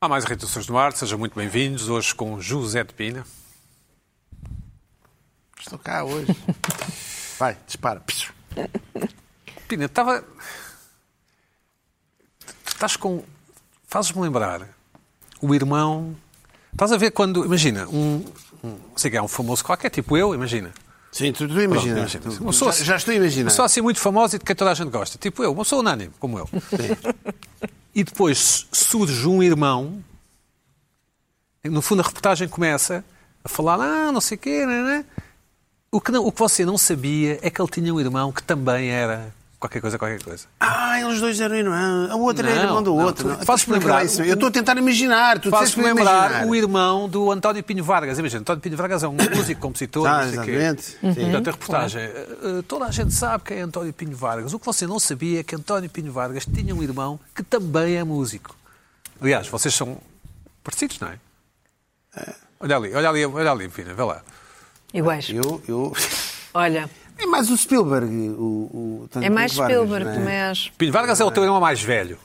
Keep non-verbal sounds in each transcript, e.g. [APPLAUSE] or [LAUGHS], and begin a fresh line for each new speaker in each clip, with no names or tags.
Há mais irritações no ar, sejam muito bem-vindos. Hoje com José de Pina.
Estou cá hoje. [LAUGHS] Vai, dispara.
Pina, estava. Tu Estás com. Fazes-me lembrar o irmão. Estás a ver quando. Imagina, um. um sei que é um famoso qualquer, tipo eu, imagina.
Sim, tu, tu imaginas.
Pronto,
Tu-
imagina.
tu- já, já estou a imaginar.
Uma pessoa assim muito famosa e de quem toda a gente gosta. Tipo eu, uma pessoa unânime, como eu. E depois surge um irmão. e No fundo, a reportagem começa a falar, ah, não sei o quê, né, né. O que, não, o que você não sabia é que ele tinha um irmão que também era qualquer coisa, qualquer coisa.
Ah, eles dois eram irmãos. A outra
Não,
era irmão do
não,
outro.
tu-
Ah,
fazes-me
explica lá
lembrar-
isso. Eu estou a tentar imaginar. Tu
Faz-me
disseste-me
lembrar
imaginar.
o irmão do António Pinho Vargas. Imagina, António Pinho Vargas é um músico, compositor,
Ah,
não sei o quê.
exatamente. Uhum.
Portanto, a reportagem. eh, eh, Toda a gente sabe quem é António Pinho Vargas. O que você não sabia é que António Pinho Vargas tinha um irmão que também é músico. Aliás, vocês são parecidos, não é?
É.
Olha ali, olha ali, olha ali, Pina, vê lá. Ah,
Iguais.
Eu, eu... [LAUGHS]
Olha,
É mais o Spielberg. O, o, tanto
é mais
o Vargas,
Spielberg,
não é?
como és.
Pinho Vargas é o teu irmão mais velho.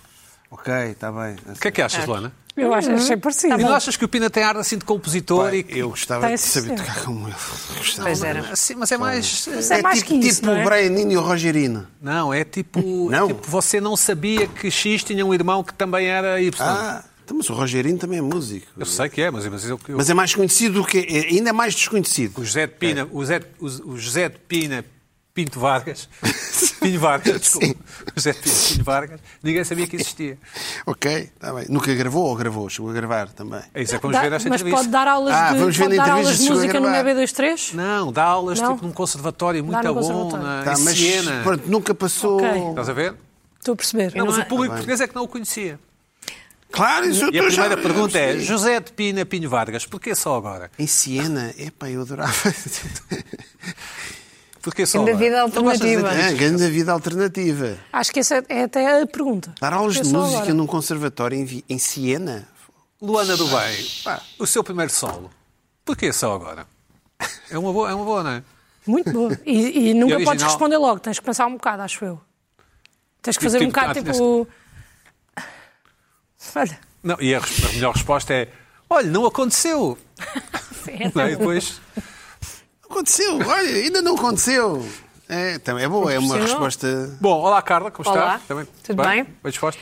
Ok, está bem.
O que é que achas, Lona?
Eu acho que achei parecido.
E não achas que o Pina tem ar assim de compositor e que...
Eu gostava
Tem
de saber
esse
tocar como ele. Gostava.
Pois era.
Sim, mas é mais.
é mais
tipo,
que isso,
tipo
não é?
o Brian Nino e o Rogerino.
Não, é tipo, é
Não?
tipo, Você não sabia que X tinha um irmão que também era Y.
Ah, então, mas o Rogerino também é músico.
Eu sei que é, mas, mas eu, eu-
Mas é mais conhecido do que. é Ainda é mais desconhecido.
o José de Pina, o, Zé, o, o José de Pina Pinto
[LAUGHS]
Vargas, Pinho Vargas, desculpa, José de Pina Pinho Vargas, ninguém sabia que existia.
Ok, está bem. Nunca gravou ou gravou? Chegou a gravar também.
É isso é que vamos
Dá-
ver nesta
mas
entrevista.
pode dar aulas
Ah,
de,
vamos ver
pode
na
dar
entrevista
aulas de
se
música no
chegou a gravar.
EB23?
Não, dá aulas
Não?
tipo num conservatório muito
Dá no
bom
conservatório.
na,
Tá,
em
mas
Siena.
pronto, nunca passou.
Ok.
Estás a ver?
Estou a perceber.
Não, mas o
há-
público português é que não o conhecia.
Claro, isso Tá eu
E a
tô já-
primeira pergunta é,
Sim.
José de Pina Pinho Vargas, porquê só agora?
Em Siena, epá, eu adorava.
Porquê só
Ainda
agora?
vida
Tu gostas de-
alternativa.
[LAUGHS] é, grande vida alternativa.
Acho que essa é até a pergunta.
Dar aulas
É
de
só
música
agora.
num conservatório em, Vi- em Siena?
Luana do Bem,
Pá.
o seu primeiro solo. Porquê só agora? É uma boa, é uma boa não é?
Muito boa. E, e nunca
E
podes
original?
responder logo, tens que pensar um bocado, acho eu. Tens que
Tipo,
fazer um
tipo,
bocado
ah,
tipo. Olha,
Não, e a, res- a melhor resposta é: olha, não
[LAUGHS]
aconteceu.
é
Não é? E depois,
Aconteceu, olha, ainda não aconteceu. É, também é boa, é uma
Impressionou.
resposta.
bom, olá Carla, como
Olá,
está? Também-
tudo bem?
Bem disposta?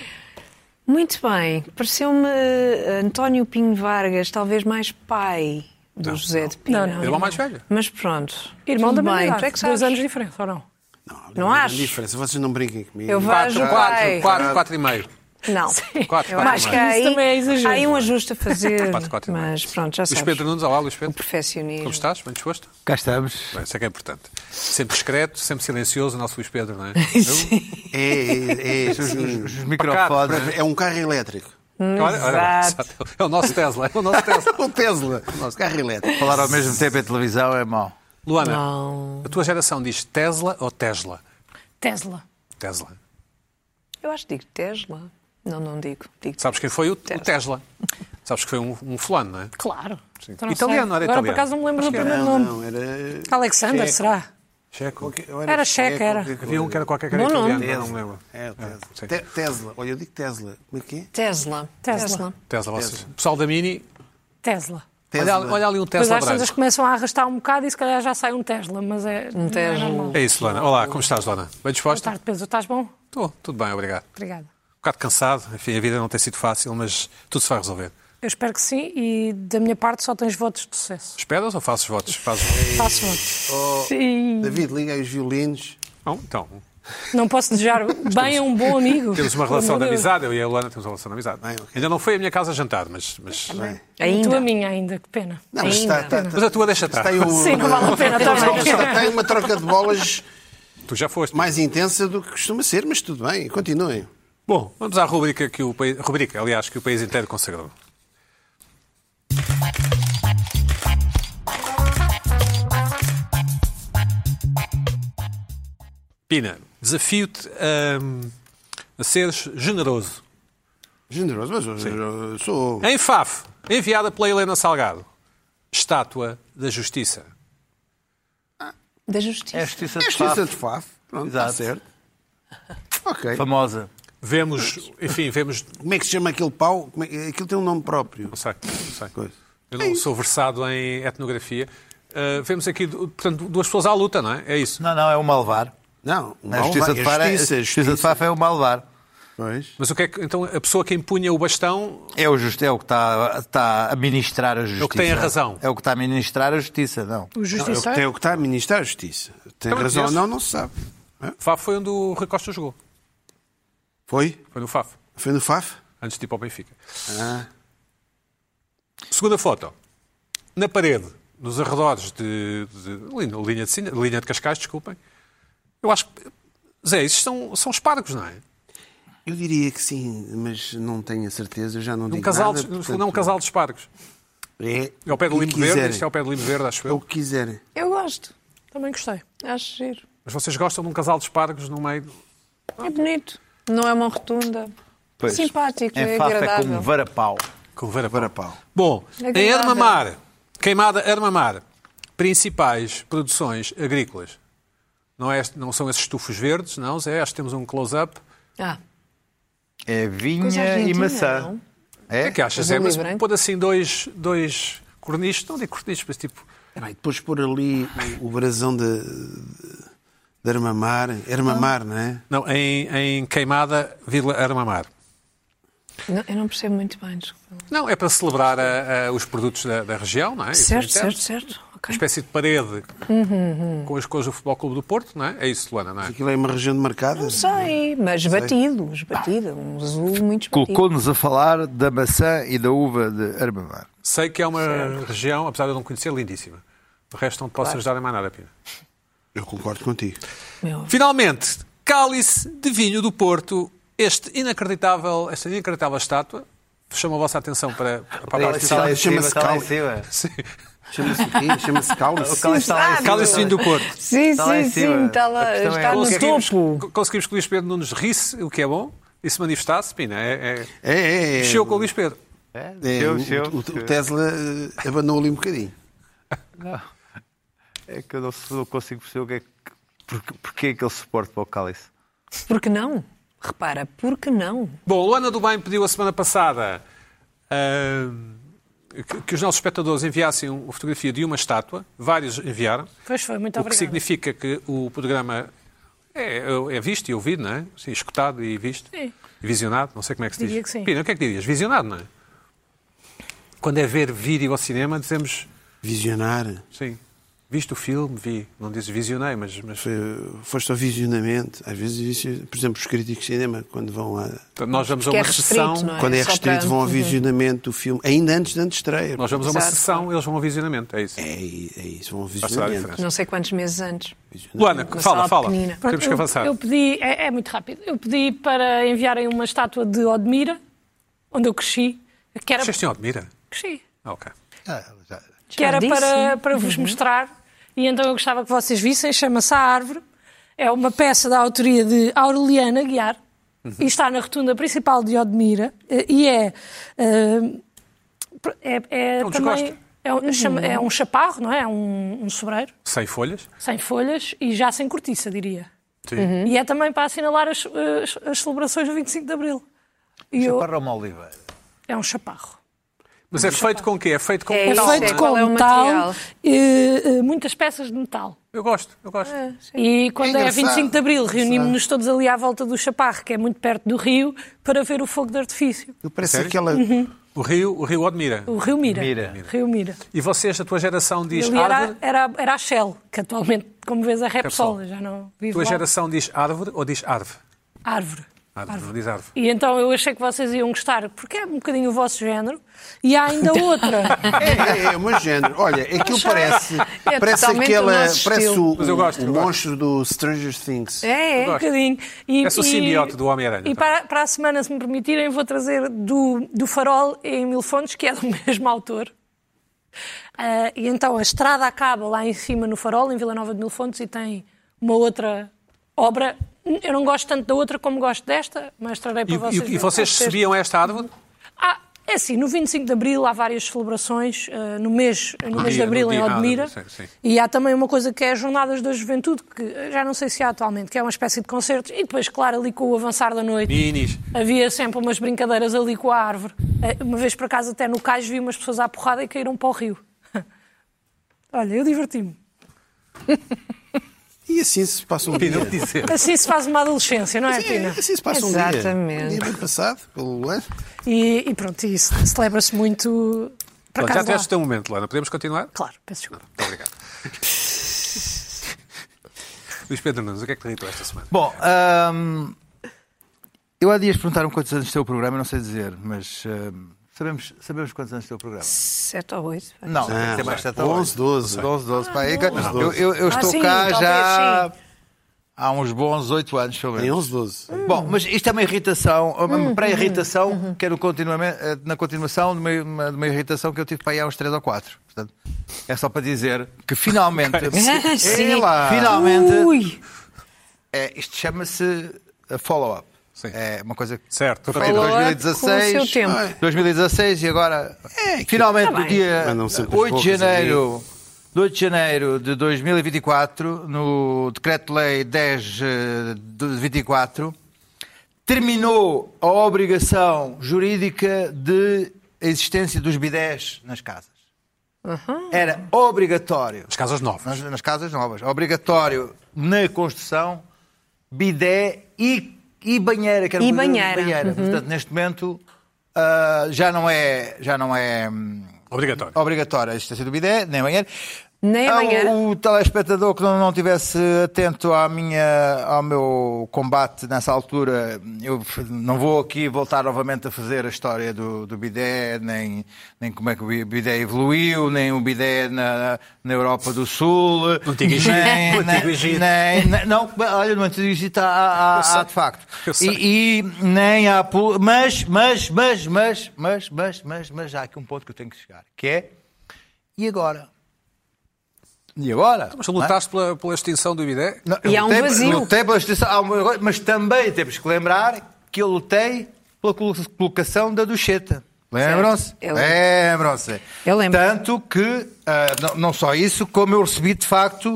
Muito bem. Pareceu-me eh, António Pinho Vargas, talvez mais pai do José de Pina.
Não, não.
Irmão mais velho.
Mas pronto.
irmão
tudo
da minha
bem.
idade,
Tu é que sabes.
dois anos de diferença, ou não?
Não,
Não
há
acho.
diferença, vocês não brinquem comigo.
Eu vejo
Quatro, quatro,
pai.
quatro, quatro e meio.
Não.
Quatro,
Eu
quatro
acho
e
que
meio.
há aí,
Isso também é exagero.
há aí um ajuste a fazer.
Quatro, quatro e meio.
mas pronto, já
Luís
sabes.
Pedro Nunes, olá Luís
O
Pedro.
perfeccionismo.
Como estás? Bem disposto?
Cá estamos.
Bem, isso é que é importante. Sempre discreto, sempre silencioso o nosso Luís Pedro,
[LAUGHS]
não é?
É, é, é,
Os,
assim,
os microfones.
é um carro
[LAUGHS]
elétrico.
Olha, olha,
Exato.
é o nosso Tesla, é o nosso Tesla.
O Um Tesla, nosso carro elétrico.
Falar ao mesmo tempo em televisão é mau.
Luana,
Não.
a tua geração diz Tesla ou Tesla?
Tesla.
Tesla.
Eu acho que digo Tesla. Não, não digo. digo
Sabes quem foi o o Tesla? Sabes que foi um, um fulano, não é?
Claro. Então não
Italiano, era
sei. Agora por
italiano.
acaso não me lembro do primeiro
Não,
nome.
não, era.
Alexander,
Checo.
será?
Checo.
ou
Era cheque,
checo,
era.
ou qualquer
Havia um que era Ah, qualquer cara
Bom nome.
italiano, não me lembro.
É, o Tesla.
sim.
Te- Tesla. Olha, eu digo Tesla. Como é que é?
Tesla.
Tesla.
Tesla, vocês. Pessoal da Mini,
Tesla.
olha,
Tesla.
olha ali um
Depois
Tesla
às tantas
branco.
começam a arrastar um bocado e se calhar já sai um Tesla, mas é. Um
Tesla.
É isso, Lona. Olá, como estás, Lona? Bem
Boa
disposta?
tarde, Pedro. Estás bom?
Estou, tudo bem, obrigado. Um
Obrigada.
bocado cansado, enfim, a vida não tem sido fácil, mas tudo se vai resolver.
Eu espero que sim e da minha parte só tens votos de sucesso.
Esperas ou fazes votos? Fazes...
Faço votos.
Oh.
David, liga aí os violinos.
[LAUGHS] Não, então,
Não posso desejar bem a um bom amigo.
temos uma
Pelo
relação de
amor Deus.
amizade, eu e a Lona temos uma relação de amizade.
Bem, ok.
Ainda não foi à minha casa jantar, mas, mas,
E tu a
Ainda.
minha ainda, que pena.
Não, mas
Ainda.
está, está,
mas
está,
a tua deixa
está aí
estar.
o-
Sim, não vale a pena. Tá bem.
Está tem uma troca de bolas
Tu já foste.
mais intensa do que costuma ser, mas tudo bem, continuem.
Bom, vamos à rubrica que o país, rubrica, aliás, que o país inteiro consagrou. Pina, desafio-te hum, a seres generoso.
Generoso, mas eu- eu sou.
Em FAF, enviada pela Helena Salgado, estátua da justiça.
Da justiça.
É a
É
justiça de
justiça
Faf,
de Faf. Pronto, está
Exato.
certo. Ok.
famosa.
Vemos, enfim, vemos.
Como é que se chama aquele pau? Como é- Aquilo tem um nome próprio.
Não sei, não sei.
Coisa.
Eu não sou versado em etnografia. Ah, vemos aqui, du- portanto, duas pessoas à luta, não é? É isso.
Não, não, é o malvar.
Não, um
A justiça de Faro é- a justiça de Faro é o malvar.
Pois.
Mas o que é que. Então, a pessoa que empunha o bastão.
É o, justo, é o que está, está a ministrar a justiça.
que tem a razão.
É o que está a ministrar a justiça, não.
O
É o que
justiceiro?
tem- é o que está a ministrar a justiça. Tem
Então,
razão ou
esse-
não, não se sabe. Hã?
Faf foi onde o Rui Costa jogou.
Foi?
Foi no Faf,
Foi no FAF?
antes de ir para o Benfica.
Ah.
Segunda foto. Na parede, nos arredores de, de- linha, linha de, Sina- linha de Cascais, desculpem. Eu acho que. Zé, esses são, são espargos, não é?
Eu diria que sim, mas não tenho a certeza, eu já não
Um
digo
casal,
nada.
de-
portanto,
não, um casal de espargos.
É,
É o pé de
o que
limo verde,
quiserem.
este é o pé de limo verde, acho
É o
eu.
que quiserem.
Eu gosto.
Também gostei.
Acho giro.
Mas vocês gostam de um casal de espargos no meio. do-
É bonito. Não é uma rotunda.
Pois.
Simpático, é,
Em Faf é
agradável.
como um varapau.
Com o Vera Pau.
Para pau.
Bom, em
Agradável.
Armamar, queimada Armamar, principais produções agrícolas. Não, é, este- não são esses estufos verdes, não, Zé? Acho que temos um close-up.
Ah,
É
Coisa
vinha e
argentina,
maçã.
não?
O que é que achas, Zé?
Azul e
Mas
branco.
pôr assim dois, dois cornichos, não digo cornichos, mas tipo...
Ah, e depois pôr ali o, o brasão de, de Armamar.
Ah.
Armamar, não é?
Não, em, em queimada, Vila Armamar.
não- eu não percebo muito bem, desculpa.
Não, é para celebrar a- a- os produtos da, da região, não é? Isso é
Certo,
então,
interno.
certo, Uhum, certo.
Uma
Ok.
espécie de parede com as coisas do Futebol Clube do Porto, não é? É isso, Luana, não é?
Aquilo é uma região demarcada.
Não sei, mas batido, esbatido. Um azul muito esbatido.
Colocou-nos a falar da maçã e da uva de Armamar.
Sei que é uma região, apesar de eu não conhecer, lindíssima. O resto não te posso ajudar em mais nada, Pina.
Eu concordo contigo.
Meu,
Finalmente, cálice de vinho do Porto. Este inacreditável, esta inacreditável estátua chama a vossa atenção para, para a
Está lá em
parte
cima,
[LAUGHS]
chama-se
está lá em
cal-
cima.
Chama-se o quê? Chama-se
O
cálice.
cálice está lá em
Exato.
cima.
Cálice de vinho do Porto.
Sim,
Está tá lá em
sim, sim,
cima.
está
A
lá,
questão é
está no
o que é que-
topo.
Conseguimos que o Luís Pedro Nunes risse, o que é bom, e se manifestasse, Pina. É, é...
É, é, é.
Mexeu com o Luís Pedro.
É,
É,
seu,
o,
seu,
o- o
seu.
Tesla eh, abandonou ali um bocadinho.
Não. É que eu não, sou- não consigo perceber o que é que- porque, porque é aquele suporte para o cálice.
Por que não? Repara, por que não?
Bom, Luana do Bem pediu a semana passada ahm, que, que os nossos espectadores enviassem um- uma fotografia de uma estátua. Vários enviaram.
Pois foi,
o
muito
que
obrigada.
significa que o programa é, é visto e ouvido, não é? Sim, escutado e visto.
Sim.
Visionado, não sei como é que se diz.
Diria que sim.
Pina, o que é que dirias? Visionado, não é? Quando é ver vídeo ao cinema, dizemos,
Visionar.
sim, viste o filme, vi. Não dizes visionei, mas, mas
Foi- Eh, Foste ao visionamento. Às vezes, isso- por exemplo, os críticos de cinema, quando vão a.
nós vamos a
Que
uma
é
sessão.
restrito, não é?
Quando é
Só
restrito,
para-
vão ao visionamento do filme, ainda antes da estreia.
Nós vamos a uma sessão, eles vão ao visionamento, é isso.
É, é isso, vão ao
Faz toda a
visionamento.
diferença.
Não sei quantos meses antes.
Luana, fala,
Uma sala
fala.
pequenina.
Pronto,
Temos que
eu-
avançar.
Eu pedi, é, é muito rápido, eu pedi para enviarem uma estátua de Odmira, onde eu cresci, que era,
Vocês têm admira?
cresci,
Ah, ok.
Ah, já-
que era
disse. Uhum.
para, para vos mostrar, e então eu gostava que vocês vissem, chama-se A Árvore, é uma peça da autoria de Aureliana Guiar,
Uhum.
e está na rotunda principal de Odmira, eh, e é... eh, é, é
um
também,
desgosto.
é,
Uhum.
um- chama- é um chaparro, não é? É um, um sobreiro,
Sem folhas?
sem folhas e já sem cortiça, diria.
Sim.
Uhum.
E é também para assinalar as, as- as celebrações do 25 de Abril. E eu-
Chaparra uma oliveira.
é um chaparro.
Mas é feito com o quê? É feito com
É
metal,
É
isso,
não
feito
é. Qual
com
é o
metal,
material?
eh, eh, muitas peças de metal.
Eu gosto, eu gosto.
E quando é,
engraçado,
25 de Abril,
engraçado.
reunimos-nos todos ali à volta do chaparro, que é muito perto do rio, para ver o fogo de artifício.
Eu parece
Sério?
aquela.
Uhum.
O Rio, o Rio Admira.
O Rio Mira.
Mira.
Rio Mira.
E vocês, da tua geração, diz
Ali era,
árvore?
era, era a Shell, que atualmente, como vês, é Repsol.
Repsol.
Já não
A
vive
tua
lá.
geração diz árvore ou diz árvore?
Árvore.
Árvore, não diz árvore.
E então eu achei que vocês iam gostar, porque é um bocadinho o vosso género. E há
[LAUGHS]
ainda outra.
É, é, é o meu género. Olha,
[LAUGHS]
aquilo parece.
É
parece
totalmente
aquela.
o nosso
parece
estilo.
o,
Mas eu gosto,
o
eu gosto.
monstro do Stranger Things.
É, é.
um bocadinho. E,
Esse é o
e-
simbiote do Homem-Aranha,
E
então.
para, para a semana, se me permitirem, vou trazer do, do Farol em Mil Fontes, que é do [LAUGHS] mesmo autor. Ah, e então a estrada acaba lá em cima no Farol, em Vila Nova de Mil Fontes, e tem uma outra obra. Eu não gosto tanto da outra como gosto desta, mas trarei para
E,
vocês.
e- e
verem.
vocês
Acho que-
subiam esta árvore?
Ah, É assim, no 25 de Abril há várias celebrações, eh, no mês, no mês de
dia,
Abril
no
em
dia, ah,
Odmira,
sim, sim.
e há também uma coisa que é as Jornadas da Juventude, que eh, já não sei se há atualmente, que é uma espécie de concertos, e depois, claro, ali com o avançar da noite,
[LAUGHS] Minis.
havia sempre umas brincadeiras ali com a árvore. Eh, Uma vez, por acaso, até no cais vi umas pessoas à porrada e caíram para o rio. [LAUGHS] Olha, eu diverti-me.
E assim se passa um dia.
Pina, o que dizer?
Assim se faz uma adolescência, não é,
É,
Pina?
assim se passa um dia.
Exatamente.
Um dia bem passado, pelo lance.
E, e pronto, e isso celebra-se muito. Por
Pronto, já
acaso, lá-
tiveste o teu momento, Luana. Podemos continuar?
Claro, peço desculpa.
Muito obrigado. Luís Pedro Nunes, o que é que te irritou esta semana?
Bom, hum, eu há dias perguntaram quantos anos tem o programa, eu não sei dizer, mas hum, sabemos, sabemos quantos anos tem o programa.
7 ou 8.
Não, tem que ser mais
sei.
sete a oito.
11, 12.
12, 12. pá, é que- eu, eu- eu
Ah,
estou
sim,
cá
talvez,
já há uns bons 8 anos, pelo
Em
menos.
11, 12.
Bom, mas isto é uma irritação, uma pré-irritação, que é no continuamente- eh, na continuação de uma, uma- de uma irritação que eu tive para aí há uns 3 ou 4. Portanto, é só para dizer que finalmente.
[LAUGHS] Sim.
É lá. Finalmente.
Ui,
É, isto chama-se uh, follow-up.
Sim.
É uma coisa que
Certo.
foi feita em
Follow-up
com o seu
2016.
tempo.
Ai.
2016 e agora. finalmente,
Tá
no
bem.
dia
Mandam sempre as
8 de
bocas
janeiro. 2 de janeiro de 2024, no Decreto-Lei eh, 1024, terminou a obrigação jurídica de existência dos bidés nas casas. Era obrigatório
As casas novas.
nas, nas casas novas. Obrigatório na construção, bidé e, e banheira. que era
E
uma-
banheira. Uhum.
Portanto, neste momento ah, já não é, já não é hum,
Obrigatório.
obrigatório a existência do bidé, nem banheira.
Nem a
Ah, o-
banheira.
O telespectador que não, não tivesse atento à minha, ao meu combate nessa altura, eu f- não vou aqui voltar novamente a fazer a história do, do bidé, nem, nem como é que o bi- bidé evoluiu, nem o bidé na, na Europa do Sul.
No Antigo Egito.
nem-
No Antigo
nem-
Egito.
nem- nem- não, olha, no Antigo Egito há, há- há- há de facto.
Eu sei.
E, e nem há. pu- Mas, mas, mas, mas, mas, mas, mas, mas, há aqui um ponto que eu tenho que chegar, que é. E agora? E agora?
Mas tu lutaste pela, pela extinção do IBIDE?
Não,
E
eu
há um
lutei-
vazio.
lutei pela extinção- há uma coisa, mas também temos que lembrar que eu lutei pela colo- colocação da ducheta. Lembram-se?
Eu lembro.
Lembram-se.
Eu lembro.
Tanto que, ah, não, não só isso, como eu recebi de facto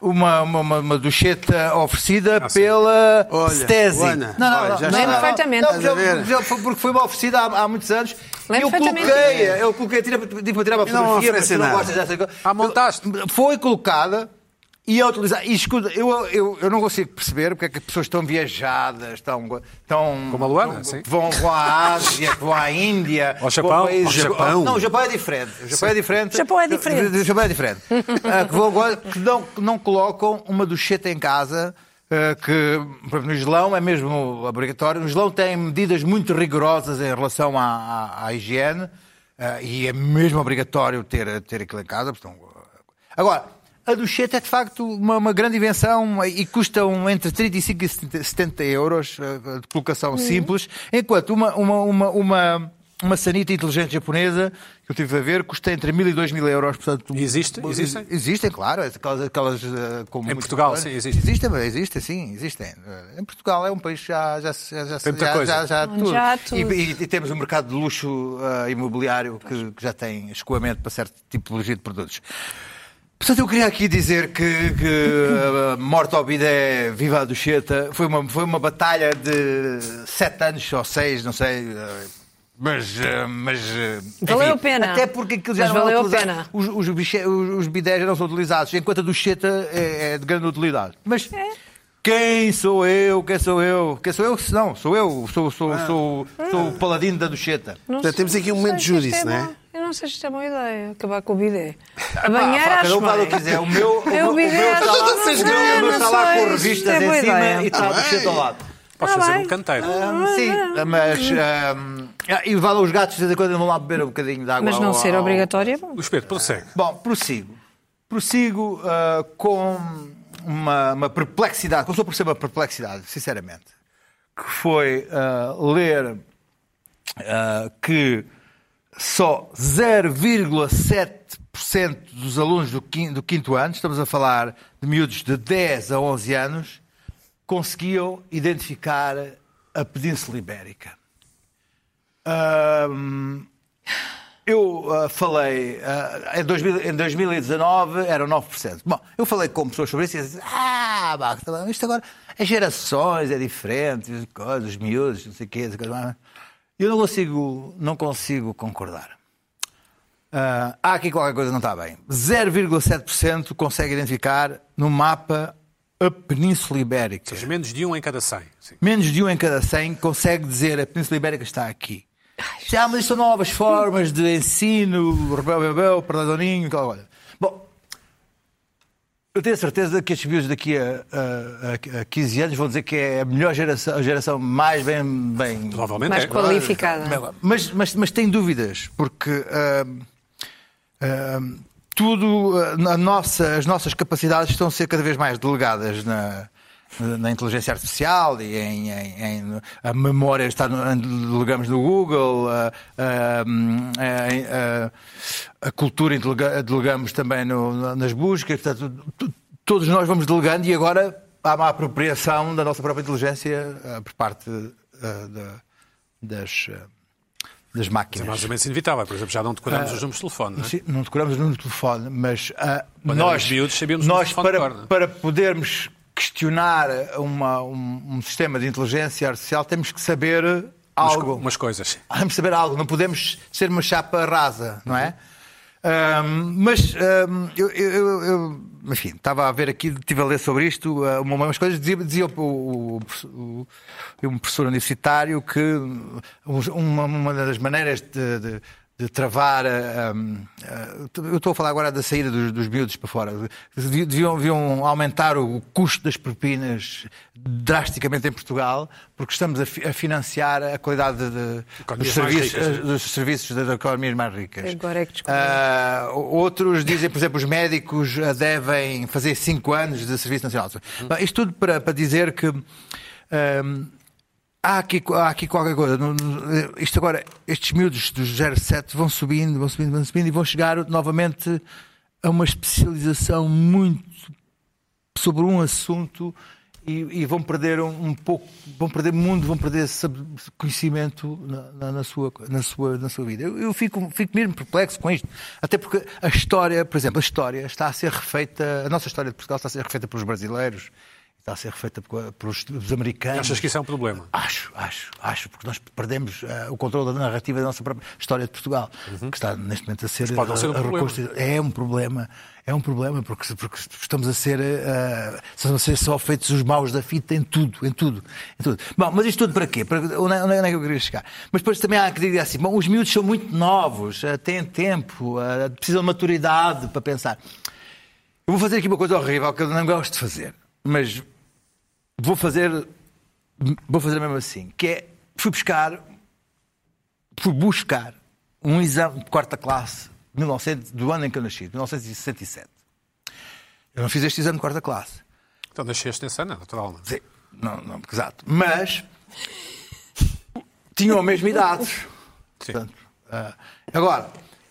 uma, uma, uma- uma ducheta oferecida
Ah,
pela
Olha,
Stesi.
Luana,
não, não,
olha,
não,
já
não,
está.
não,
Perfeitamente.
não, já-
Estás a ver?
já foi- porque foi uma oferecida há, há muitos anos.
Lembro
eu
perfeitamente.
coloquei, eu coloquei, tive tive para tirar uma
E não
fotografia, mas
oferece
tu não
nada.
gostas dessa coisa.
Ah, montaste.
Foi colocada e a utilizar. E escuta, eu, eu, eu não consigo perceber porque é que as pessoas estão viajadas, estão. estão
Como a Luana,
estão-
sim.
Vão, vão à Ásia, vão à Índia,
Ao
vão
Japão,
a países-
ao Japão.
Não, o Japão é diferente. O Japão é diferente.
O Japão é diferente.
O Japão
[LAUGHS]
é diferente. Ah, que, vão agora- que não, que não colocam uma ducheta em casa. ah, que por exemplo, no Islão é mesmo obrigatório. No Islão tem medidas muito rigorosas em relação à, à- à higiene ah, e é mesmo obrigatório ter, ter aquilo em casa. Portanto, agora, a ducheta é de facto uma, uma grande invenção e custam entre 35 e 70 70 euros ah, de colocação simples, enquanto uma, uma, uma, uma, uma sanita inteligente japonesa que eu tive a ver custa entre 1.000 e 2.000 euros. Portanto, um
E existe? Existem?
Existem, claro. é Aquelas, aquelas, ah, com muito
Portugal,
valor.
sim, existem.
Existem, mas existem, sim, existem. Eh, Em Portugal é um país que já, já, se- já, já,
Tem muita
já,
coisa.
já, já há
Onde
tudo.
já há tudo.
E, e- e temos um mercado de luxo ah, imobiliário que, que já tem escoamento para certo tipologia de produtos. Portanto, eu queria aqui dizer que, que a morte ao bidé, viva a ducheta, foi uma, foi uma batalha de sete anos ou seis, não sei. eh, Mas. eh, mas eh,
Valeu a pena.
Até porque aquilo já
Mas
não é
valeu a
utilizado.
pena.
Os, os, biche- os- os bidés já não são utilizados, enquanto a ducheta é, é de grande utilidade. Mas
É.
quem sou eu? Quem sou eu? Quem sou eu? Se Não, sou eu. Sou, sou, sou, sou o paladino da ducheta.
Portanto, temos aqui um momento de
júdice,
júdice, não é?
Eu não sei se isto é boa ideia, acabar com o
[LAUGHS]
bidé. A
Pá, pá,
banheira
cada
acho
um faz o que
bem.
quiser. O meu, o meu,
Eu
o meu
bidé
está
acho
lá,
que não
o meu- o meu
sei,
está
não
lá com
sei, isto é
revistas
boa
em
ideia.
cima e está a ducheta ao lado.
Podes
Ah,
fazer
bem.
um canteiro.
Ahm, sim, mas. ahm, e vá lá os gatos de vez em quando vão lá beber um bocadinho de água.
Mas não
ao-
ser
ao-
obrigatório é bom.
Luís Pedro, prossegue.
Bom, prossigo. Prossigo ah, com uma, uma perplexidade. Começou por ser uma perplexidade, sinceramente. Que foi ah, ler ah, que só 0,7% dos alunos do quin- do quinto ano, estamos a falar de miúdos de 10 a 11 anos, conseguiam identificar a Península Ibérica. Ahm, eu ah, falei ah, em, 2000 em 2019 eram 9%. Bom, eu falei com pessoas sobre isso e disse, ah, Bactala, isto agora, as gerações é diferente, as coisas, os miúdos, não sei o quê, as coisas mais." Eu não consigo, não consigo concordar. Ah, há aqui qualquer coisa que não está bem. 0,7% consegue identificar no mapa a Península Ibérica.
Mas menos de um em cada 100. Sim.
Menos de um em cada 100 consegue dizer a Península Ibérica está aqui. Já, mas isto são novas formas de ensino, rebel, rebel, perdoninho, aquela coisa. Bom, eu tenho a certeza que estes miúdos daqui a, a, a- a 15 anos vão dizer que é a melhor geração, a geração mais bem, bem
Provavelmente
Mais
é.
qualificada.
mas, mas, mas tem dúvidas, porque ah, ahm, ahm, tudo, ah, na nossa- as nossas capacidades estão a ser cada vez mais delegadas na, na inteligência artificial e em, em- em- a memória está no, delegamos no Google, a, ahm, a- a- a cultura delega- delegamos também no- nas buscas, portanto, tu- todos nós vamos delegando e agora há uma apropriação da nossa própria inteligência ah, por parte ah, da- das, ah, das
É mais
máquinas.
ou menos inevitável. Por exemplo, já não decoramos os números de telefone, não é?
Sim, não decoramos o número de telefone, mas ah,
Quando
nós,
éramos miúdos, sabíamos o número
nós
de
para,
telefone de cor, não é?
para podermos questionar uma- um, um sistema de inteligência artificial, temos que saber
Umas
algo.
co- Umas coisas.
Vamos saber algo, não podemos ser uma chapa rasa, não é? Ahm, mas ahm, eu, eu- eu- eu, enfim, estava a ver aqui, estive a ler sobre isto, ah, uma- umas coisas dizia, dizia o, o- o- o- um professor universitário que os- uma, uma das maneiras de, de- de travar. ah, ahm, ah, eu estou a falar agora da saída dos, dos miúdos para fora. Deviam, deviam aumentar o custo das propinas drasticamente em Portugal, porque estamos a, fi- a financiar a qualidade de- dos,
Economias mais
serviços, eh,
ricas, é?
dos serviços das economias mais ricas.
Agora é que descobri.
Ah, outros dizem, por exemplo, os médicos ah, devem fazer 5 anos de serviço nacional. Bem, Isto tudo para, para dizer que ahm, há, aqui, há aqui qualquer coisa. No- no- eh, Isto agora, estes miúdos dos 07 vão subindo, vão subindo, vão subindo e vão chegar novamente a uma especialização muito sobre um assunto e, e vão perder um, um pouco, vão perder mundo, vão perder sab- conhecimento na, na- na sua, na, sua, na sua vida. Eu, eu fico, fico mesmo perplexo com isto. Até porque a história, por exemplo, a história está a ser refeita, a nossa história de Portugal está a ser refeita pelos brasileiros, está a ser refeita por- pelos, pelos americanos.
Achas que isso é um problema?
Acho, acho, acho, porque nós perdemos eh, o controle da narrativa da nossa própria história de Portugal,
Uhum.
que está neste momento a ser,
pode não ser um
eh,
problema.
reconstruída. É um problema, é um problema, porque, porque estamos a ser, eh, estamos a ser só feitos os maus da fita em tudo, em tudo, em tudo. Bom, mas isto tudo para quê? Para, onde, é- onde é que eu queria chegar? Mas depois também há que dizer assim, bom, os miúdos são muito novos, eh, têm tempo, eh, precisam de maturidade para pensar. Eu vou fazer aqui uma coisa horrível que eu não gosto de fazer, mas vou fazer vou fazer mesmo assim, que é fui buscar, fui buscar um exame de quarta classe 1900, do ano em que eu nasci, 1967. Eu não fiz este exame de quarta classe.
Então nasceste nesse ano, naturalmente.
Sim, não, não, exato. Mas tinham a mesma idade.
Sim.
Portanto, ah, agora,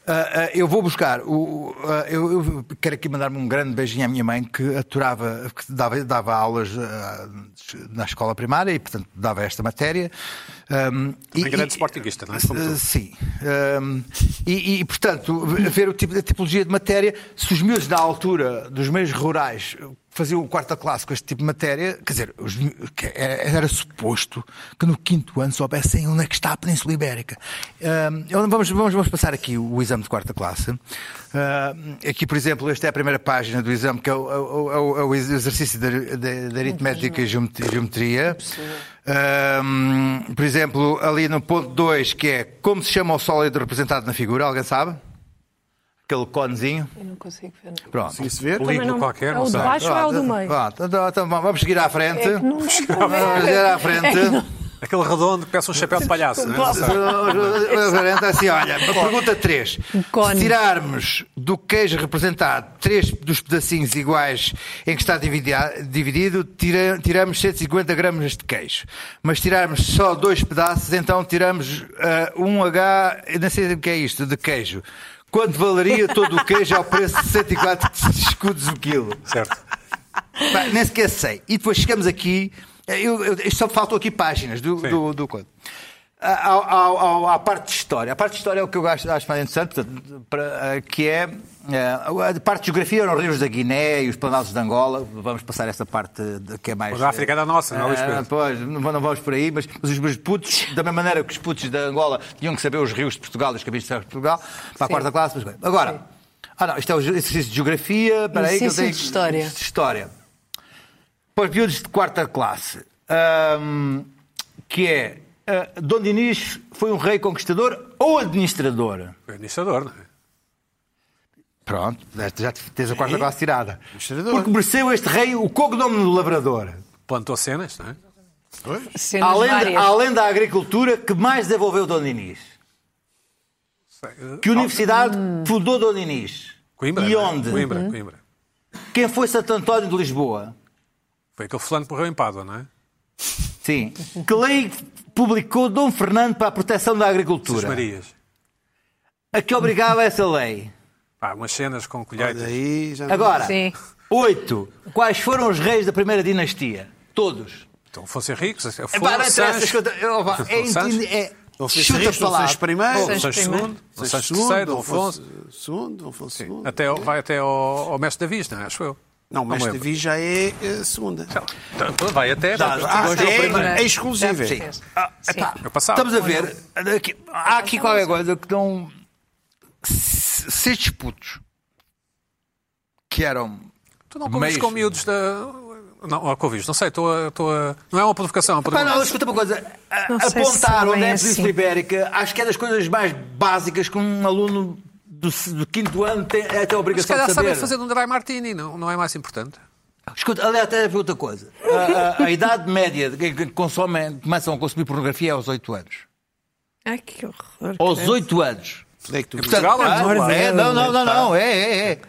ah, ah, eu vou buscar. o- o- ah, eu, eu quero aqui mandar-me um grande beijinho à minha mãe que aturava, que dava, dava aulas ah, na escola primária e, portanto, dava esta matéria. Um,
Também grande sportinguista, não é? Como tu.
Sim. Ahm, e, e, portanto, ver o tipo, a tipologia de matéria, se os meus da altura dos meios rurais faziam quarta classe com este tipo de matéria, quer dizer, os mi- que era, era suposto que no quinto ano soubessem onde é que está a Península Ibérica. Ahm, eu- vamos, vamos, vamos passar aqui o, o exame de quarta classe. Ahm, aqui, por exemplo, esta é a primeira página do exame, que é o, é o- é o- é o exercício de, de- de aritmética e geomet- geometria. Ahm, por exemplo, ali no ponto 2, que é como se chama o sólido representado na figura, alguém sabe? Aquele conezinho.
Eu não consigo ver. nada.
Pronto.
Isso ver?
Polígono
Também não-
qualquer,
é
não
o de
sei.
baixo ou é o do meio?
Pronto, então, então vamos seguir à frente.
É que não é dá para
Vamos
ver.
seguir à frente.
[LAUGHS]
Aquele redondo que parece um chapéu de palhaço, não é?
Exatamente assim, olha, a pergunta 3.
Cone.
Se tirarmos do queijo representado três dos pedacinhos iguais em que está dividia- dividido, tira- tiramos 150 gramas de queijo. Mas tirarmos só dois pedaços, então tiramos ah, um H, eu não sei o que é isto, de queijo. Quanto valeria todo o queijo ao preço de 104 [LAUGHS] escudos o quilo?
Certo.
Pá, nem sequer eh, sei. E depois chegamos aqui. Eu, eu- isto só faltam aqui páginas do,
Sim.
do, do coisa. ao- ao- ao- à parte de história. A parte de história é o que eu acho, acho mais interessante, portanto, para- eh, que é. eh, a parte de geografia eram os rios da Guiné e os planados de Angola. Vamos passar essa parte de- que é mais.
Mas a África é da nossa, não é, Luís
Ah,
Pedro?
Pois, não não vamos por aí, mas, mas os, os putos, da mesma maneira que os putos da Angola tinham que saber os rios de Portugal e os caminhos de terra de Portugal, para a quarta classe, mas bem. Agora, ah não, isto é um exercício de geografia, para aí que eu
Exercício
tenho.
de história.
De história. Para os miúdos de quarta classe, ahm, que é. ah, Dom Dinis foi um rei conquistador ou administrador?
O administrador, não é?
Pronto, já te- tens a quarta classe tirada.
Administrador.
Porque mereceu este rei o cognome do labrador.
Plantou cenas, não é?
Cenas
Além, da-
várias.
além da agricultura, que mais desenvolveu Dom Dinis? Que universidade fundou Dom Dinis?
Coimbra.
E
não é?
onde? Uhum.
Coimbra, Coimbra.
Quem foi Santo António de Lisboa?
Foi aquele fulano que morreu em Pádua, não é?
Sim. Que lei publicou Dom Fernando para a proteção da
As
agricultura?
Marias.
A que obrigava essa lei?
Pá, umas cenas com colheitas.
Daí já não-
Agora,
Sim.
oito. Quais foram os reis da primeira dinastia? Todos.
Então fossem ricos, foram
Epá, não interessa,
Sancho,
escuta, eu-
Afonso
é
Sancho,
entende- é-
Dom Francisco
Chuta
I, Dom
palavras.
Francisco primeiro,
Dom Sancho
Sancho
II, Dom Sancho
segundo,
III,
Dom
Dom Afonso.
segundo, Dom Afonso segundo.
Até ao- vai até ao, ao mestre Davis, não é? Acho eu.
Não, mas
me lembro.
Davi já é eh, segunda.
Então, Vai até.
Já,
vai-
já,
Ah,
Hoje é o primeiro.
é, é exclusiva.
Sim. Ah, epá,
Eu passava.
Estamos a ver. aqui- há aqui qualquer coisa que não. Se se estes putos que eram.
Tu não convives
Meios.
com miúdos da. Não, ou convives, não sei, estou a. estou a- Não é uma provocação, é uma
Pá,
pergunta.
não, escuta uma coisa. A-
Não sei se
Apontar
também
onde é a
é
Península
assim.
Ibérica, acho que é das coisas mais básicas que um aluno do, do quinto ano tem, é até a
Mas se
obrigação
calhar
de saber.
sabem fazer um dry martini, não, não é mais importante.
Escuta, aliás, até é outra coisa. A, a- a idade média de quem consome, começam a consumir pornografia é aos 8 anos.
Ai, que horror.
Aos 8 anos.
Onde é que tu
Portanto,
Portugal,
ah,
amor de
é,
Deus.
não, não, não, não, é, é, é.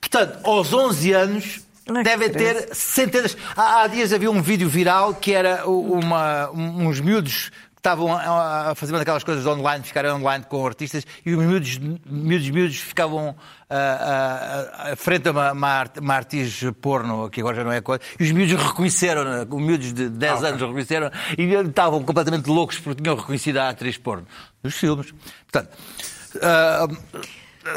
Portanto, aos 11 anos
Ai, que
devem ter centenas. Há, há dias havia um vídeo viral que era u- uma, um- uns miúdos que estavam a, a fazer uma daquelas coisas online, ficaram online com artistas e os miúdos, miúdos, miúdos ficavam ah, ah, ah, frente a uma, uma, art- uma artista porno, que agora já não é coisa, e os miúdos reconheceram, né? os miúdos de 10 anos reconheceram e estavam completamente loucos porque tinham reconhecido a atriz porno dos filmes. Portanto. ah,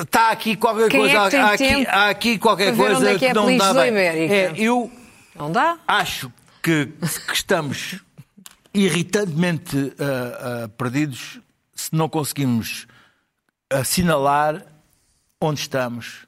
Está aqui qualquer
Quem é
coisa.
que tem
há, aqui,
tempo
há aqui
para
qualquer
ver
coisa
onde é que é a
não dá
Península
bem.
Ibérica?
É, eu
Não dá?
acho que, que estamos irritantemente ah, ah, perdidos se não conseguimos assinalar onde estamos,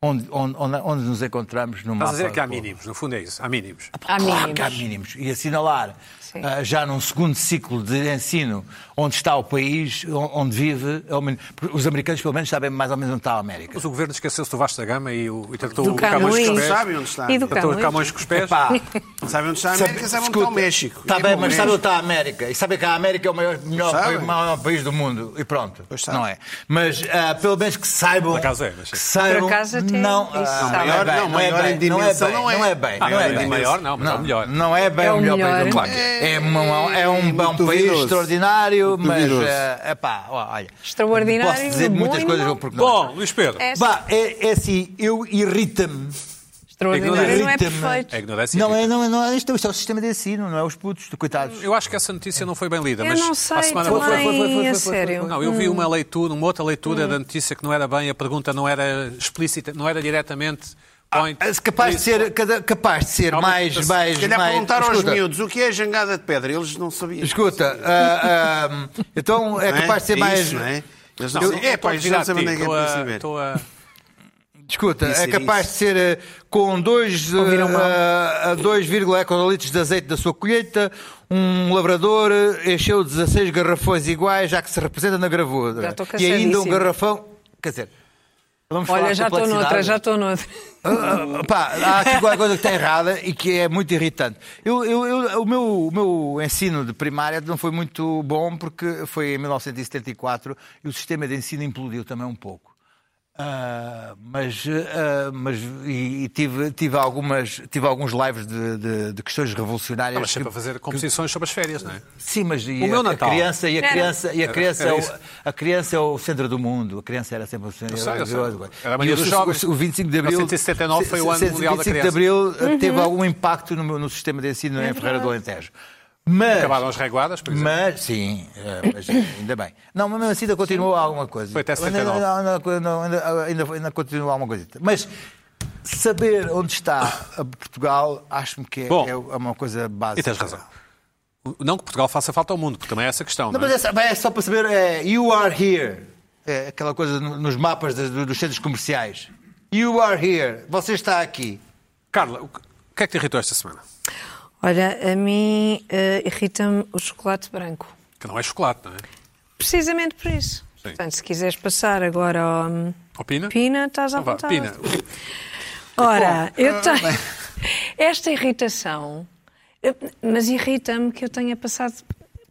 onde, onde, onde, onde nos encontramos no mapa.
Estás a dizer que há
do globo.
mínimos, no fundo é isso, há mínimos.
Há
Ah, Claro que há
mínimos.
mínimos. E assinalar
Sim.
ah, já num segundo ciclo de ensino onde está o país, on- onde vive, é o mínimo. Porque os americanos pelo menos sabem mais ou menos onde está a América.
Mas o governo esqueceu-se do Vasco da Gama e, o, e tratou
Do
o Camões com os
Camões.
pés.
Sabe onde está?
E do
Tratou o
Camões.
Camões com os pés.
Epá,
Sabe onde está a América, sabe onde está o México.
Está
É
Tá bem,
bom,
mas
né?
sabe onde está a América? E sabe que a América é o maior, melhor,
Sabe.
o maior país do mundo. E pronto.
Pois sabe.
Não é. Mas ah, pelo menos que saibam.
acaso é, mas-
que saibam.
Por acaso até
não,
isso
ah,
sabe.
não é
Maior
bem,
não, maior
é
em
bem, não é
dimensão
bem,
não é.
Não é bem.
Ah,
não é
maior em
bem.
dimensão. Maior não, mas é o melhor.
Não é bem
É
o
o
melhor
melhor.
país do mundo.
Claro
É, uma- é um, é um
Muito
país
duvidoso.
extraordinário,
Muito
mas.
duvidoso.
ah, epá, olha.
Extraordinário,
Posso dizer
bom
muitas
e
coisas
mau.
porque não.
Bom, Luís Pedro,
É
Bah, é, é assim, eu irrita-me.
Extraordinário. Não é
Irrita-me.
perfeito.
a ignorância.
Não é, não é, não é isto, isto é o sistema de ensino, não é os putos, coitados.
Eu acho que essa notícia não foi bem lida,
Eu
mas
não
a
sei
semana
Foi, foi, foi, foi, foi,
também,
foi,
a
foi, foi.
sério. Hum.
Não, eu vi uma leitura, uma outra leitura da notícia que não era bem, a pergunta não era explícita, não era diretamente point.
É capaz de ser, cada- capaz de ser
Há uma-
mais,
se
mais,
Se calhar
mais.
perguntaram aos
escuta,
miúdos o que é jangada de pedra. Eles não sabiam.
Escuta, ah, ah, então é
Não
capaz de ser
É
mais.
Isso, não é? Eles não,
Eu-
é, pá, eles
estou a
não sabem
virar
onde é que é
a ti,
para
estou a-
saber.
estou a-
Escuta,
Isso,
é capaz de ser eh, com dois, eh, ah, a 2,1 litros de azeite da sua colheita, um lavrador eh, encheu 16 garrafões iguais, já que se representa na
Já
gravura.
estou
E ainda um
cansadíssima.
garrafão. Quer dizer, vamos falar
Olha,
de
já estou noutra,
complexidade?
já estou noutra.
Ah, ah, pá, há aqui qualquer coisa que está errada e que é muito irritante. Eu, eu- eu- o, meu, o meu ensino de primária não foi muito bom porque foi em 1974 e o sistema de ensino implodiu também um pouco. Ah, mas ah, mas e, e tive, tive, algumas, tive alguns lives de, de- de questões revolucionárias.
Estavas sempre a
que-
fazer composições sobre as férias, não é?
Sim, mas e
O
a,
meu
a
Natal.
criança e a criança e a
Era-
criança
era
é
isso.
o, a criança é o centro do mundo. A criança era sempre o centro.
sei, eu sei.
do
Era a mania dos jovens.
o, o 25 de abril.
1979 foi o ano
se- se-
mundial da
25 de
criança.
abril eh, teve algum impacto no, meu- no sistema de ensino em Ferreira do Alentejo. Mas,
Acabaram as reguadas, é. por exemplo.
mas sim, eh, mas ainda bem. Não, mas mesmo assim ainda continuou alguma coisa.
Foi até
Ainda-
79.
Ainda, ainda, ainda, ainda, ainda continuou alguma coisa. Mas saber onde está a Portugal, acho-me que é,
Bom.
é uma coisa básica.
E tens razão. Não que Portugal faça falta ao mundo, porque também é essa questão.
Não,
não é?
mas é, só- é só para saber, é, you are here. É aquela coisa no- nos mapas das- dos centros comerciais. You are here. Você está aqui.
Carla, o que o que é que te irritou esta semana?
Olha, a mim eh, irrita-me o chocolate branco.
Que não é chocolate, não é?
Precisamente por isso. Portanto, se quiseres passar agora ao hum,
Opina?
Pina, estás à
Então vá,
vontade.
Pina.
Ora, eu
ah,
tenho [LAUGHS] esta irritação, eu- mas irrita-me que eu tenha passado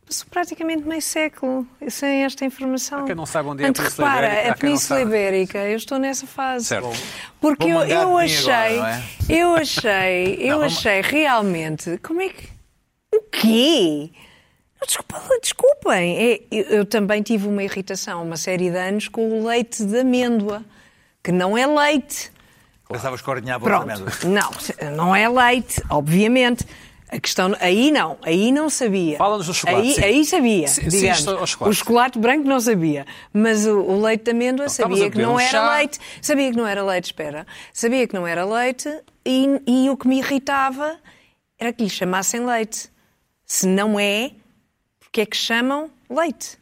passou praticamente meio século sem esta informação.
Há quem não saiba onde é a
Portanto,
Península Ibérica,
repara,
há
a
quem não
Península
saiba.
Ibérica, eu estou nessa fase.
Certo. Bom,
Porque
vou
eu,
mandar
eu
de mim
achei,
agora, não é?
eu
[LAUGHS]
achei, eu
vamos-
achei realmente, como é que, o quê? Desculpa, desculpem, é, eu, eu também tive uma irritação, uma série de anos, com o leite de amêndoa, que não é leite.
Pensavas que ordenhava outra
Pronto,
merda.
não, não é leite, obviamente. A questão, aí não, aí não sabia.
Fala-nos do chocolate,
Aí,
sim.
aí sabia,
Sim, sim,
digamos.
isto é o chocolate.
o chocolate branco não sabia, mas o, o leite de amêndoa
estávamos a
sabia que
beber
não
um
era
chá.
leite. Sabia que não era leite, espera. Sabia que não era leite e, e o que me irritava era que lhe chamassem leite. Se não é, porque é que chamam leite?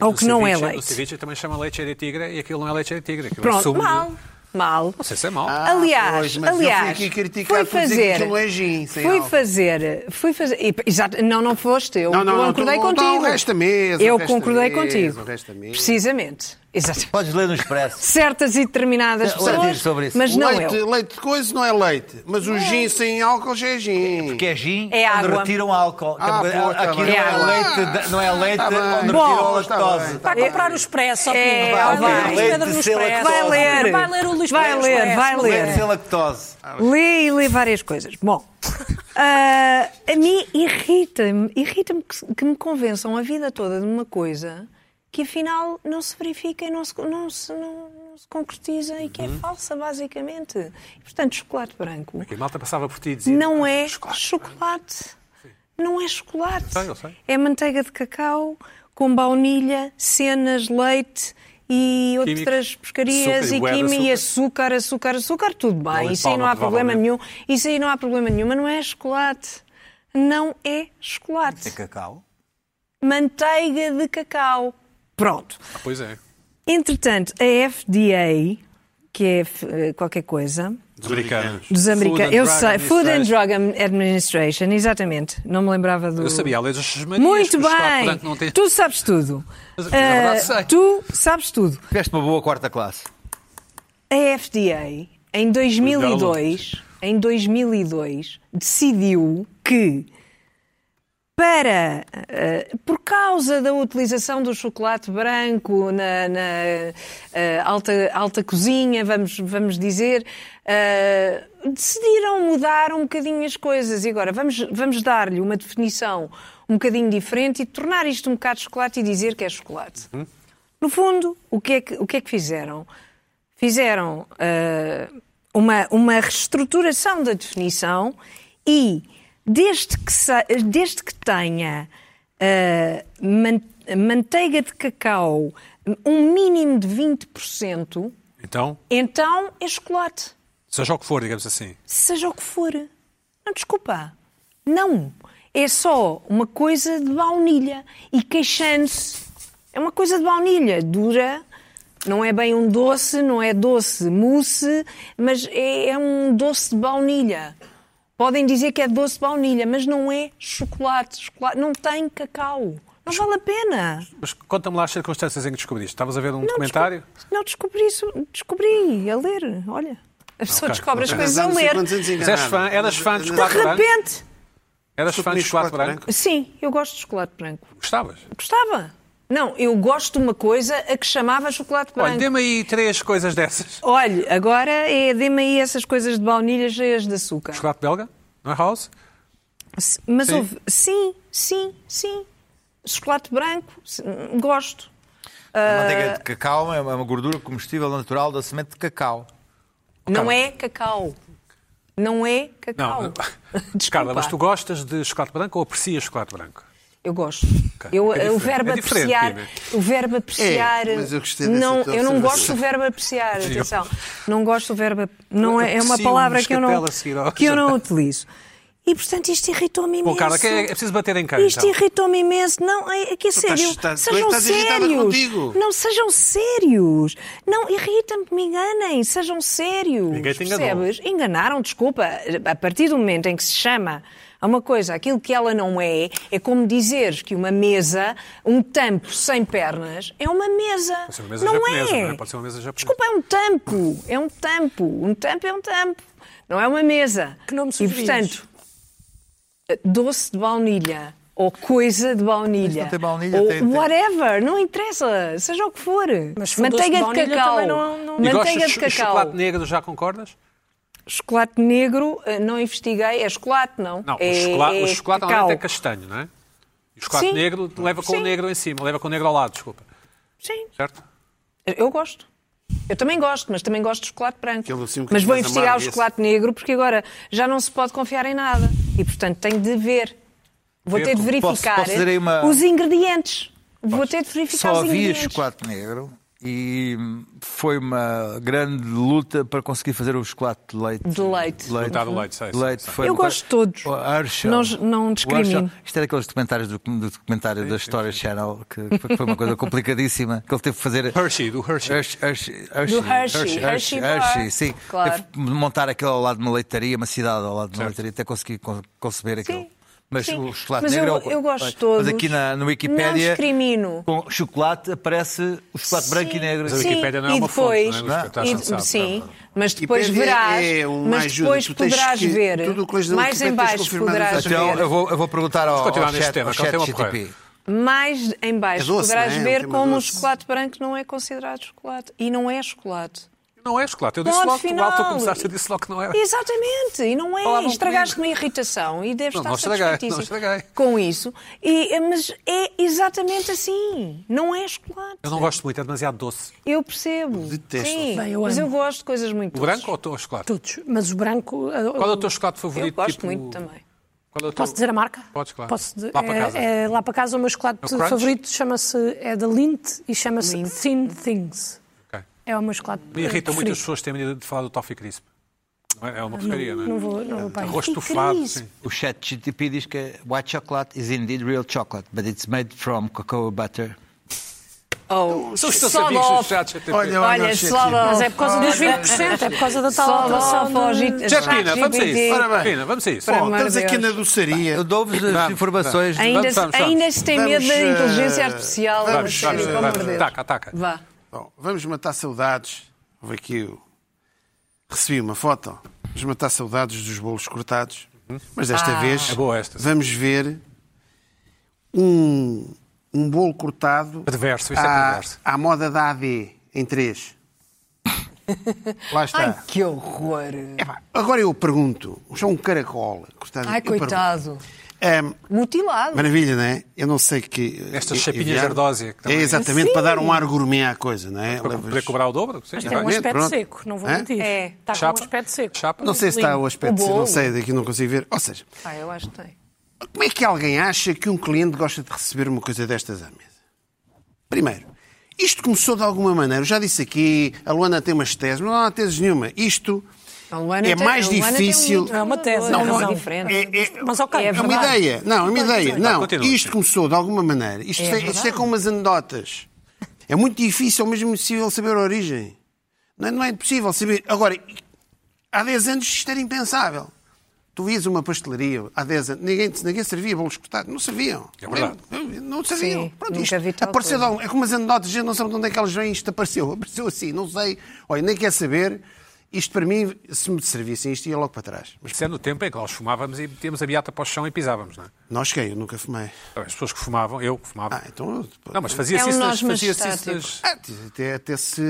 Ou que não é
ceviche- O
leite.
ceviche também chama leite de tigre e aquilo não é leite de tigre. Aquilo é
Pronto,
sumo de-
mal, mal.
Não sei se é mal.
Ah,
aliás,
pois, mas eu fui
aliás,
aqui criticar
fui
por dizer que
fazer,
aquilo é gin, sem
fui
álcool.
fazer, fui fazer, e, exato, não, não foste, eu,
Não, não,
eu
não,
concordei
tu-
contigo.
não, o resto da mesa, o
eu
resto da
concordei
mesa,
contigo.
o resto da mesa.
Precisamente, exato.
Podes ler
[LAUGHS]
no Expresso.
Certas e determinadas
Olha, diz
pessoas,
sobre isso.
mas não
leite,
eu.
leite de coisa não é leite, mas o gin sem álcool já é gin.
Que é gin,
É
onde
água.
retiram álcool. Que é uma
Ah,
coisa-
pô, tá
aqui
bem.
não,
É
é
água.
leite, de- não é leite
Tá bem.
onde
Bom,
retiram a
tá
lactose.
bem,
Vai comprar o Expresso, ó, Pina.
É,
vai,
vai.
ler o Luís Pedro no
Leite de
Expresso.
lactose.
Vai ler.
Vai ler o Luís
Vai
Pedro no
ler,
Expresso.
vai
não
ler.
é?
Leite sem lactose.
Ah.
Lê e lê várias coisas. Bom, [LAUGHS] ah, a mim irrita-me, irrita-me que, que me convençam a vida toda de uma coisa que afinal não se verifica e não se, não se, não, não se concretiza e que
Uhum.
é falsa, basicamente. E, portanto, chocolate branco
Que a malta passava por ti e dizia... "Ah,
não é
Chocolate.
chocolate. Não é chocolate.
sei, eu sei.
É manteiga de cacau com baunilha, cenas, leite e
Químicos,
outras pescarias
açúcar e
e
bué de
química e açúcar, açúcar, açúcar, tudo bem.
Óleo de
Isso aí não
palma,
há problema nenhum.
provavelmente.
Isso aí não há problema nenhum, mas não é chocolate. Não é
Tem
chocolate.
cacau.
Manteiga de cacau. Pronto.
Ah, Pois é.
Entretanto, a FDA, que é eh, qualquer coisa,
Dos americanos.
dos
Food and
americanos. Eu
Drug
sei, Food and
Administration.
Drug Administration, exatamente. Não me lembrava do.
Eu sabia, a lei dos Marias,
Muito
que o chocolate
bem!
branco não tem...
Tu sabes tudo.
Mas, na verdade,
Ah,
sei.
tu sabes tudo.
Tiveste uma boa quarta classe.
A FDA, em 2002, em 2002, decidiu que para eh, por causa da utilização do chocolate branco na, na, eh, alta, alta cozinha, vamos, vamos dizer, eh, decidiram mudar um bocadinho as coisas. E agora vamos, vamos dar-lhe uma definição um bocadinho diferente e tornar isto um bocado de chocolate e dizer que é chocolate. No fundo, o que é que, o que, é que fizeram? Fizeram eh, uma, uma reestruturação da definição e, desde que, sa- desde que tenha eh, man- manteiga de cacau um mínimo de 20%,
Então,
então é chocolate
seja o que for, digamos assim.
seja o que for. Não, desculpa. Não. É só uma coisa de baunilha. E queixando-se. É uma coisa de baunilha. Dura. Não é bem um doce, não é doce mousse, mas é, é um doce de baunilha. Podem dizer que é doce de baunilha, mas não é chocolate. chocolate não tem cacau. Não vale a pena.
Mas conta-me lá as circunstâncias em que descobriste. Estavas a ver um
Não,
documentário?
desco- Não, descobri isso. Descobri a ler. Olha. A pessoa
Ok.
descobre as
é-
Mas
coisas a
não sei
ler.
quantos
De
anos é
Mas és fã,
enganaram.
eras fã de
Mas-
chocolate branco?
repente.
Eras fã de chocolate branco?
Sim, eu gosto de chocolate branco.
Gostavas?
Gostava. Não, eu gosto de uma coisa a que chamava chocolate
Olha,
branco.
dê-me aí três coisas dessas.
Olha, agora é dê-me aí essas coisas de baunilha cheias de açúcar.
Chocolate belga? Não é house?
S- Mas
Sim.
houve. Sim, sim, sim. Chocolate branco, s- gosto.
A manteiga
Ah.
de cacau é uma é uma gordura comestível natural da semente de cacau.
Não é cacau. Não é cacau.
[LAUGHS] Não,
[LAUGHS] Desculpa.
Carla, mas tu gostas de chocolate branco ou aprecias chocolate branco?
Eu gosto. Eu, eh,
É
o
diferente.
verbo
É diferente,
apreciar.
Pina.
O verbo apreciar.
É, mas eu gostei dessa
não,
tua
eu não
observação.
gosto do verbo apreciar, atenção. Não gosto do verbo. Não é, é uma
Aprecio
palavra
uma
que eu, não,
escapela a seguir ao-
que eu não utilizo. E portanto isto irritou-me imenso.
Bom, Carla, que é, é preciso bater em cara.
Isto
então.
irritou-me imenso. Não, é, é que é
estás-
sério.
estás- tu
sejam
estás irritada
sérios.
contigo.
Não, sejam sérios. Não, irritam-me, me enganem. Sejam sérios.
Ninguém te enganou.
Percebes? Enganaram, desculpa. A partir do momento em que se chama a uma coisa aquilo que ela não é, é como dizeres que uma mesa, um tampo sem pernas, é uma mesa.
Pode ser uma mesa
não
japonesa,
é.
não é? Pode ser uma mesa japonesa.
Desculpa, é um tampo. É um tampo. Um tampo é um tampo. Não é uma mesa.
Que nome
E,
sugerires?
portanto, doce de baunilha ou coisa de baunilha.
Mas não tem baunilha,
ou
tem- tem-
whatever, não interessa, seja o que for.
Mas se for
Manteiga
doce
de,
de baunilha
cacau.
também não- não-
E
Manteiga
gostas
de
cho-
cacau.
chocolate negro, já concordas?
Chocolate negro, eh, não investiguei, é chocolate, não?
Não,
é,
o chocolate,
é
o chocolate
cacau.
normalmente é castanho, não é? E o chocolate
Sim.
negro leva com
Sim.
o negro em cima, leva com o negro ao lado, desculpa.
Sim,
Certo?
eu gosto. Eu também gosto, mas também gosto de chocolate branco.
Aquele assim um
mas
bocadinho
vou
mais
investigar
amargo,
o
esse.
chocolate negro porque agora já não se pode confiar em nada. E portanto tenho de ver. Vou
Ver
ter de
como?
Posso-
verificar eh,
posso dizer aí uma-
os ingredientes. Vou ter de verificar
Só
os
havia
ingredientes.
chocolate negro e foi uma grande luta para conseguir fazer o chocolate de leite.
De leite.
Coitado do leite, sei, sei,
Leite
sei.
foi
Eu
uma
gosto de todos.
coisa- O Herschel.
Não- não
O
discrimino.
Herschel- Isto é daqueles documentários do, do documentário da Story Channel, que foi- que foi uma coisa complicadíssima, que ele teve que fazer.
Hershey, do Hershey.
Hershey, Hershey,
Do Hershey, Hershey Bar.
sim.
Claro.
Teve que montar aquilo ao lado de uma leitaria, uma cidade ao lado de uma leitaria, até conseguir con- conceber aquilo. Mas
sim.
o chocolate
Mas
negro
eu-
é o-
eu gosto de todos.
Mas aqui na, no Wikipédia.
Não discrimino.
Com chocolate aparece o chocolate branco e negro.
Mas a Wikipédia não é
e
uma fonte,
depois,
não é? Os
e-
espectadores não sabem.
Sim, mas depois
Wikipédia
verás,
é uma
mas
ajuda,
depois
tu tens
poderás
que-
ver,
tudo o que lês na
mais
Wikipédia
em
tens
baixo
confirmado
poderás
exatamente.
Então
ver,
eu vou, eu vou perguntar ao,
continuar
ao
neste
chat,
tema,
ao
que é um
chat
tema
GTP.
porreiro.
mais em baixo
É doce,
poderás
não é? É um
ver
tema
como
doce.
o chocolate branco não é considerado chocolate e não é chocolate.
Não é chocolate. Eu disse
Ponto
logo que o alto
final.
começaste, eu disse logo que não era.
Exatamente, e não é.
Palavra
Estragaste uma irritação e deves
Não,
estar
não estraguei,
satisfeitíssimo
não estraguei.
com isso. E, mas é exatamente assim, não é chocolate.
Eu não gosto muito, é demasiado doce.
Eu percebo.
Detesto.
Sim,
Bem, eu
mas eu
amo.
gosto de coisas muito
O
doces.
branco ou o chocolate?
Todos. Mas o branco. eh,
Qual é o teu chocolate favorito?
Eu gosto
tipo-
muito também.
Qual é o teu-
Posso dizer a marca?
Podes, claro.
Posso dizer-
Lá para
é-
casa.
é lá para casa o meu chocolate
É o Crunch?
favorito chama-se. É da Lindt e chama-se
Lindt.
Thin Things.
Ok.
É o meu chocolate.
Me irritam muito as
preferido.
pessoas que têm medo de falar do toffee crisp. Não é? É uma porcaria, não,
Ah, Não
é?
vou, não vou para aí.
Arroz estufado,
crisp.
sim.
O chat GTP diz que white chocolate is indeed real chocolate, but it's made from cocoa butter.
Oh,
São os teus
só
amigos do
golpe.
chat GTP.
Olha,
Olha,
Chat
só
Pina.
golpe.
Mas é por causa dos 20%, é por causa da tal
Só
alteração.
golpe ao
de-
Git-
Chat
Chat
Pina, vamos a
GPT.
isso.
Ora bem.
Pina, vamos a isso.
Para-
Bom,
amor de
estamos aqui
Deus.
na doçaria.
Eu dou-vos as
Vamos,
informações.
Ainda,
Vamos, vamos,
ainda se tem medo
Vamos,
da
eh,
inteligência artificial.
vamos,
a sério,
Vamos,
pelo amor de
vamos.
Deus.
Ataca, ataca.
Vá.
Bom, vamos matar saudades. Houve aqui. o- Recebi uma foto. Vamos matar saudades dos bolos cortados. Mas desta vez.
É boa esta.
Vamos ver um, um bolo cortado.
Perverso, isto é
à,
perverso.
à moda da AD,
[LAUGHS]
em três. Lá está.
Ai, que horror.
Epá, agora eu pergunto. Só um caracol cortado.
Ai,
Eu pergunto.
coitado.
Ahm,
Mutilado.
É, Maravilha, não é? Eu não sei que.
Esta
eh,
chapinha
enviar-
jardósia que
É
também-
exatamente
Sim.
para dar um ar gourmet à coisa, não é?
Para
Levas-
poder cobrar o dobro? Sim,
Tem um
vai.
Exatamente,
aspecto
pronto.
seco, não vou
Hã?
mentir.
É.
Está com um
Chapa?
aspecto seco.
Chapa?
Não sei se está
Lindo.
o aspecto,
O
não
bolo.
sei, daqui não consigo ver. Ou seja,
Ah, eu acho que tem.
como é que alguém acha que um cliente gosta de receber uma coisa destas à mesa? Primeiro, isto começou de alguma maneira. Eu já disse aqui, a Luana tem umas teses, mas não há teses nenhuma. Isto
A Então, Luana
é
tem-
mais
a Luana tem um
difícil.
mito
É uma tese,
Não,
tem
não,
razão.
é diferente.
É- é-
Mas ok,
É
É uma
verdade.
ideia. Não, é uma ideia. Não,
continua.
isto começou de alguma maneira. Isto
É
é, isto é
verdade.
com umas anedotas. É muito difícil, ou mesmo impossível saber a origem. Não é, não é impossível saber. Agora, há 10 anos isto era impensável. Tu vias uma pastelaria há 10 anos, ninguém, ninguém servia bolos cortados, não serviam.
É verdade.
Não serviam.
Sim,
Pronto,
nunca
isto
vi tal
apareceu de
coisa.
algum- É como as anedotas, a gente não sabe de onde é que elas vêm, isto apareceu. [LAUGHS] Apareceu assim, não sei. Olha, nem quer saber. Isto para mim, se me servissem isto, ia logo para trás. Mas
Isso é no tempo em que nós fumávamos e metíamos a beata para o chão e pisávamos, não é? Então,
nós quem? Eu nunca fumei.
As pessoas que fumavam, eu que fumava.
Ah, então.
Não, mas fazia-se
É um
isso, nas-
nós, mas
fazia-se isso
estático.
nas-
Ah, até, até se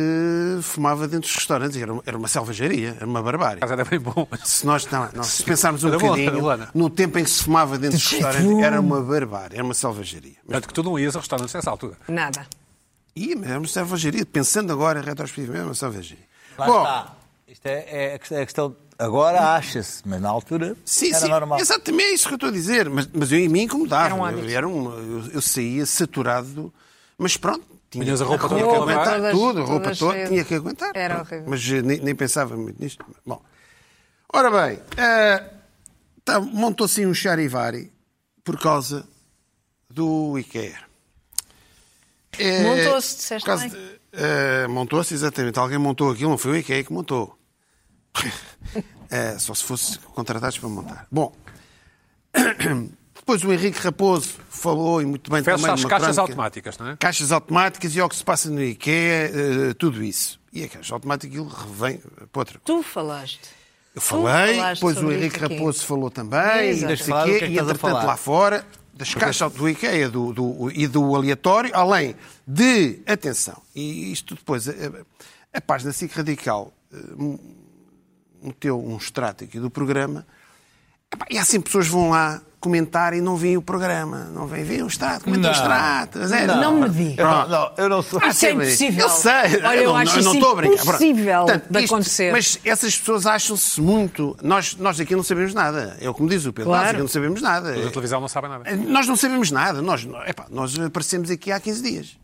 fumava dentro dos restaurantes, era, uma- era uma selvageria, era uma barbárie.
Mas era bem bom.
Se nós não, não, se pensarmos um
Era bom,
bocadinho,
Luana. Tipo,
no tempo em que se fumava dentro dos restaurantes, era uma barbárie, era uma selvageria. Mas,
Tanto que tu não ias a restaurantes nessa altura.
Nada.
é Ih, mas era uma é selvageria, pensando agora retrospectivamente, era uma selvageria.
Lá
Bom,
está.
Isto é, é a questão- é a questão. Agora acha-se, mas na altura
Sim,
era
sim.
normal.
Exatamente, é isso que eu estou a dizer. Mas, mas eu em mim incomodava.
Era um hábito.
eu, era um- eu, eu saía saturado. do- Mas pronto. Tinha
Punhas a roupa
tinha
toda
que
a lavar.
aguentar.
Todas-
Tudo, a roupa
todas
toda
cheias.
tinha que aguentar.
Era
Pronto.
horrível.
Mas eh, nem, nem pensava muito nisto. Bom. Ora bem, eh, tá- montou-se aí um charivari por causa do IKEA. Eh,
Montou-se, disseste
por causa
bem.
de- eh, montou-se, exatamente. Alguém montou aquilo, não foi o IKEA que montou. [LAUGHS] Eh, só se fosse contratados para montar. Bom, [COUGHS] depois o Henrique Raposo falou e muito bem
Fecha
também
as
numa
caixas
crónica.
automáticas, não é?
Caixas automáticas e ao que se passa no IKEA, eh, tudo isso. E a caixa automática aquilo revém para outra
Tu falaste.
eu falei,
falaste
depois o
sobre
Henrique
isso aqui.
Raposo falou também, e,
Exato.
não sei
Falar do
quê,
que é que
e
estás a
entretanto
falar.
lá fora, das caixas do IKEA é do, do- e do aleatório, além de, atenção, e isto depois, a, a página SIC Radical eh, m- meteu um extrato aqui do programa, Epá, e há sempre pessoas que vão lá comentar e não veem o programa, não veem, veem o extrato, comentam o
Não.
extrato, mas é,
Não me diga.
Eu não, não, eu não sou.
Ah,
Isso é impossível.
eu sei,
Olha, eu,
eu, não-
acho
eu não
isso
estou a brincar. Pronto.
impossível
Portanto,
de
isto-
acontecer.
Mas essas pessoas acham-se muito. Nós, nós aqui não sabemos nada. É o que me diz o Pedro. Nós
Claro.
aqui não sabemos nada. É
A televisão não sabe nada.
Nós não sabemos nada. Nós, epá, nós aparecemos aqui há 15 dias.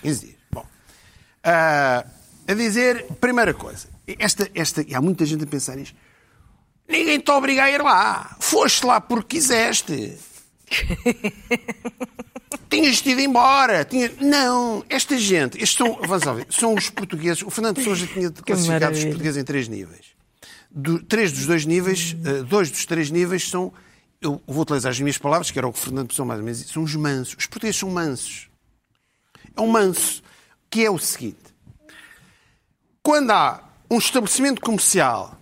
15 dias. Bom. Ah, a dizer, primeira coisa. Esta, esta, e há muita gente a pensar nisto. Ninguém te obriga a ir lá. Foste lá porque quiseste. Tinhas tido embora. Tinha... Não, esta gente, estes são, vamos lá ver, são os portugueses. O Fernando Pessoa já tinha classificado os
maravilha.
portugueses em três níveis. Do- três dos dois níveis, eh, dois dos três níveis são, eu vou utilizar as minhas palavras, que era o que o Fernando Pessoa mais ou menos disse, são os mansos. Os portugueses são mansos. É um manso, que é o seguinte. Quando há um estabelecimento comercial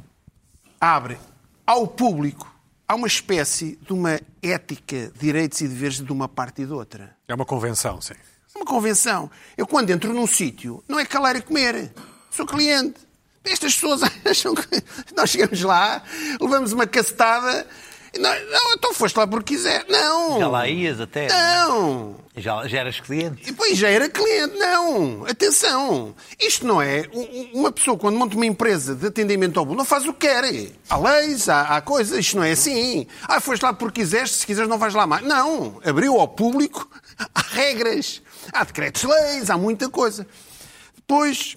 abre ao público, há uma espécie de uma ética, direitos e deveres de uma parte e de outra.
É uma convenção, sim.
É uma convenção. Eu, quando entro num sítio, não é calar e comer. Sou cliente. Estas pessoas [LAUGHS] acham que nós chegamos lá, levamos uma cacetada. e nós- Não, então foste lá porque quiser. Não.
Já lá ias até.
Ah.
é?
Não.
Já, já eras cliente.
E, Pois já era cliente, não. Atenção. Isto não é. u- u- Uma pessoa, quando monta uma empresa de atendimento ao público, não faz o que quer. Há leis, há, há coisas. Isto não é assim. Ah, foste lá porque quiseste, se quiseres, não vais lá mais. Não. Abriu ao público. [LAUGHS] Há regras, há decretos-leis, há muita coisa. Depois,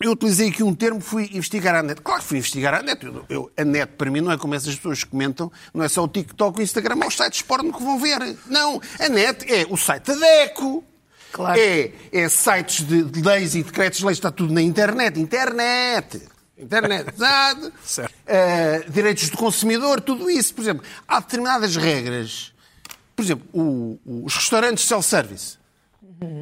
eu utilizei aqui um termo, fui investigar a net. Claro que fui investigar a net. Eu- eu- a net, para mim, não é como essas pessoas que comentam, não é só o TikTok, o Instagram, é os sites de porno que vão ver. Não, a net é o site da DECO.
Claro.
É, é sites de, de leis e decretos de leis, está tudo na internet. Internet. Internet. Exato.
Certo.
Eh, direitos do consumidor, tudo isso. Por exemplo, há determinadas regras. Por exemplo, o- o- os restaurantes self-service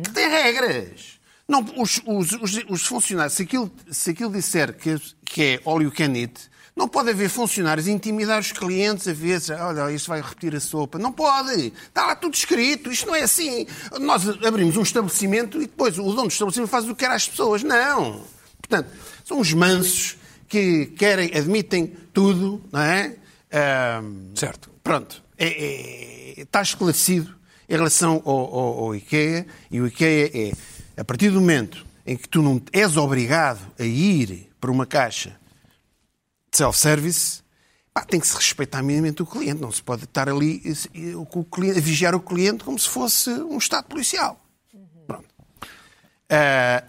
que tem regras. Não, os, os- os- os funcionários, se aquilo, se aquilo disser que, que é all you can eat, não pode haver funcionários a intimidar os clientes a ver, se, olha, isto vai repetir a sopa. Não pode. Está lá tudo escrito. Isto não é assim. Nós abrimos um estabelecimento e depois o dono do estabelecimento faz o que quer às pessoas. Não. Portanto, são os mansos que querem, admitem tudo, não é? Ahm,
Certo.
Pronto, É- é- é- está esclarecido em relação ao, ao- ao IKEA, e o IKEA é, a partir do momento em que tu não és obrigado a ir para uma caixa de self-service, pá, tem que se respeitar minimamente o cliente, não se pode estar ali eh, eh, com o cliente- a vigiar o cliente como se fosse um Estado policial. Pronto. Ah,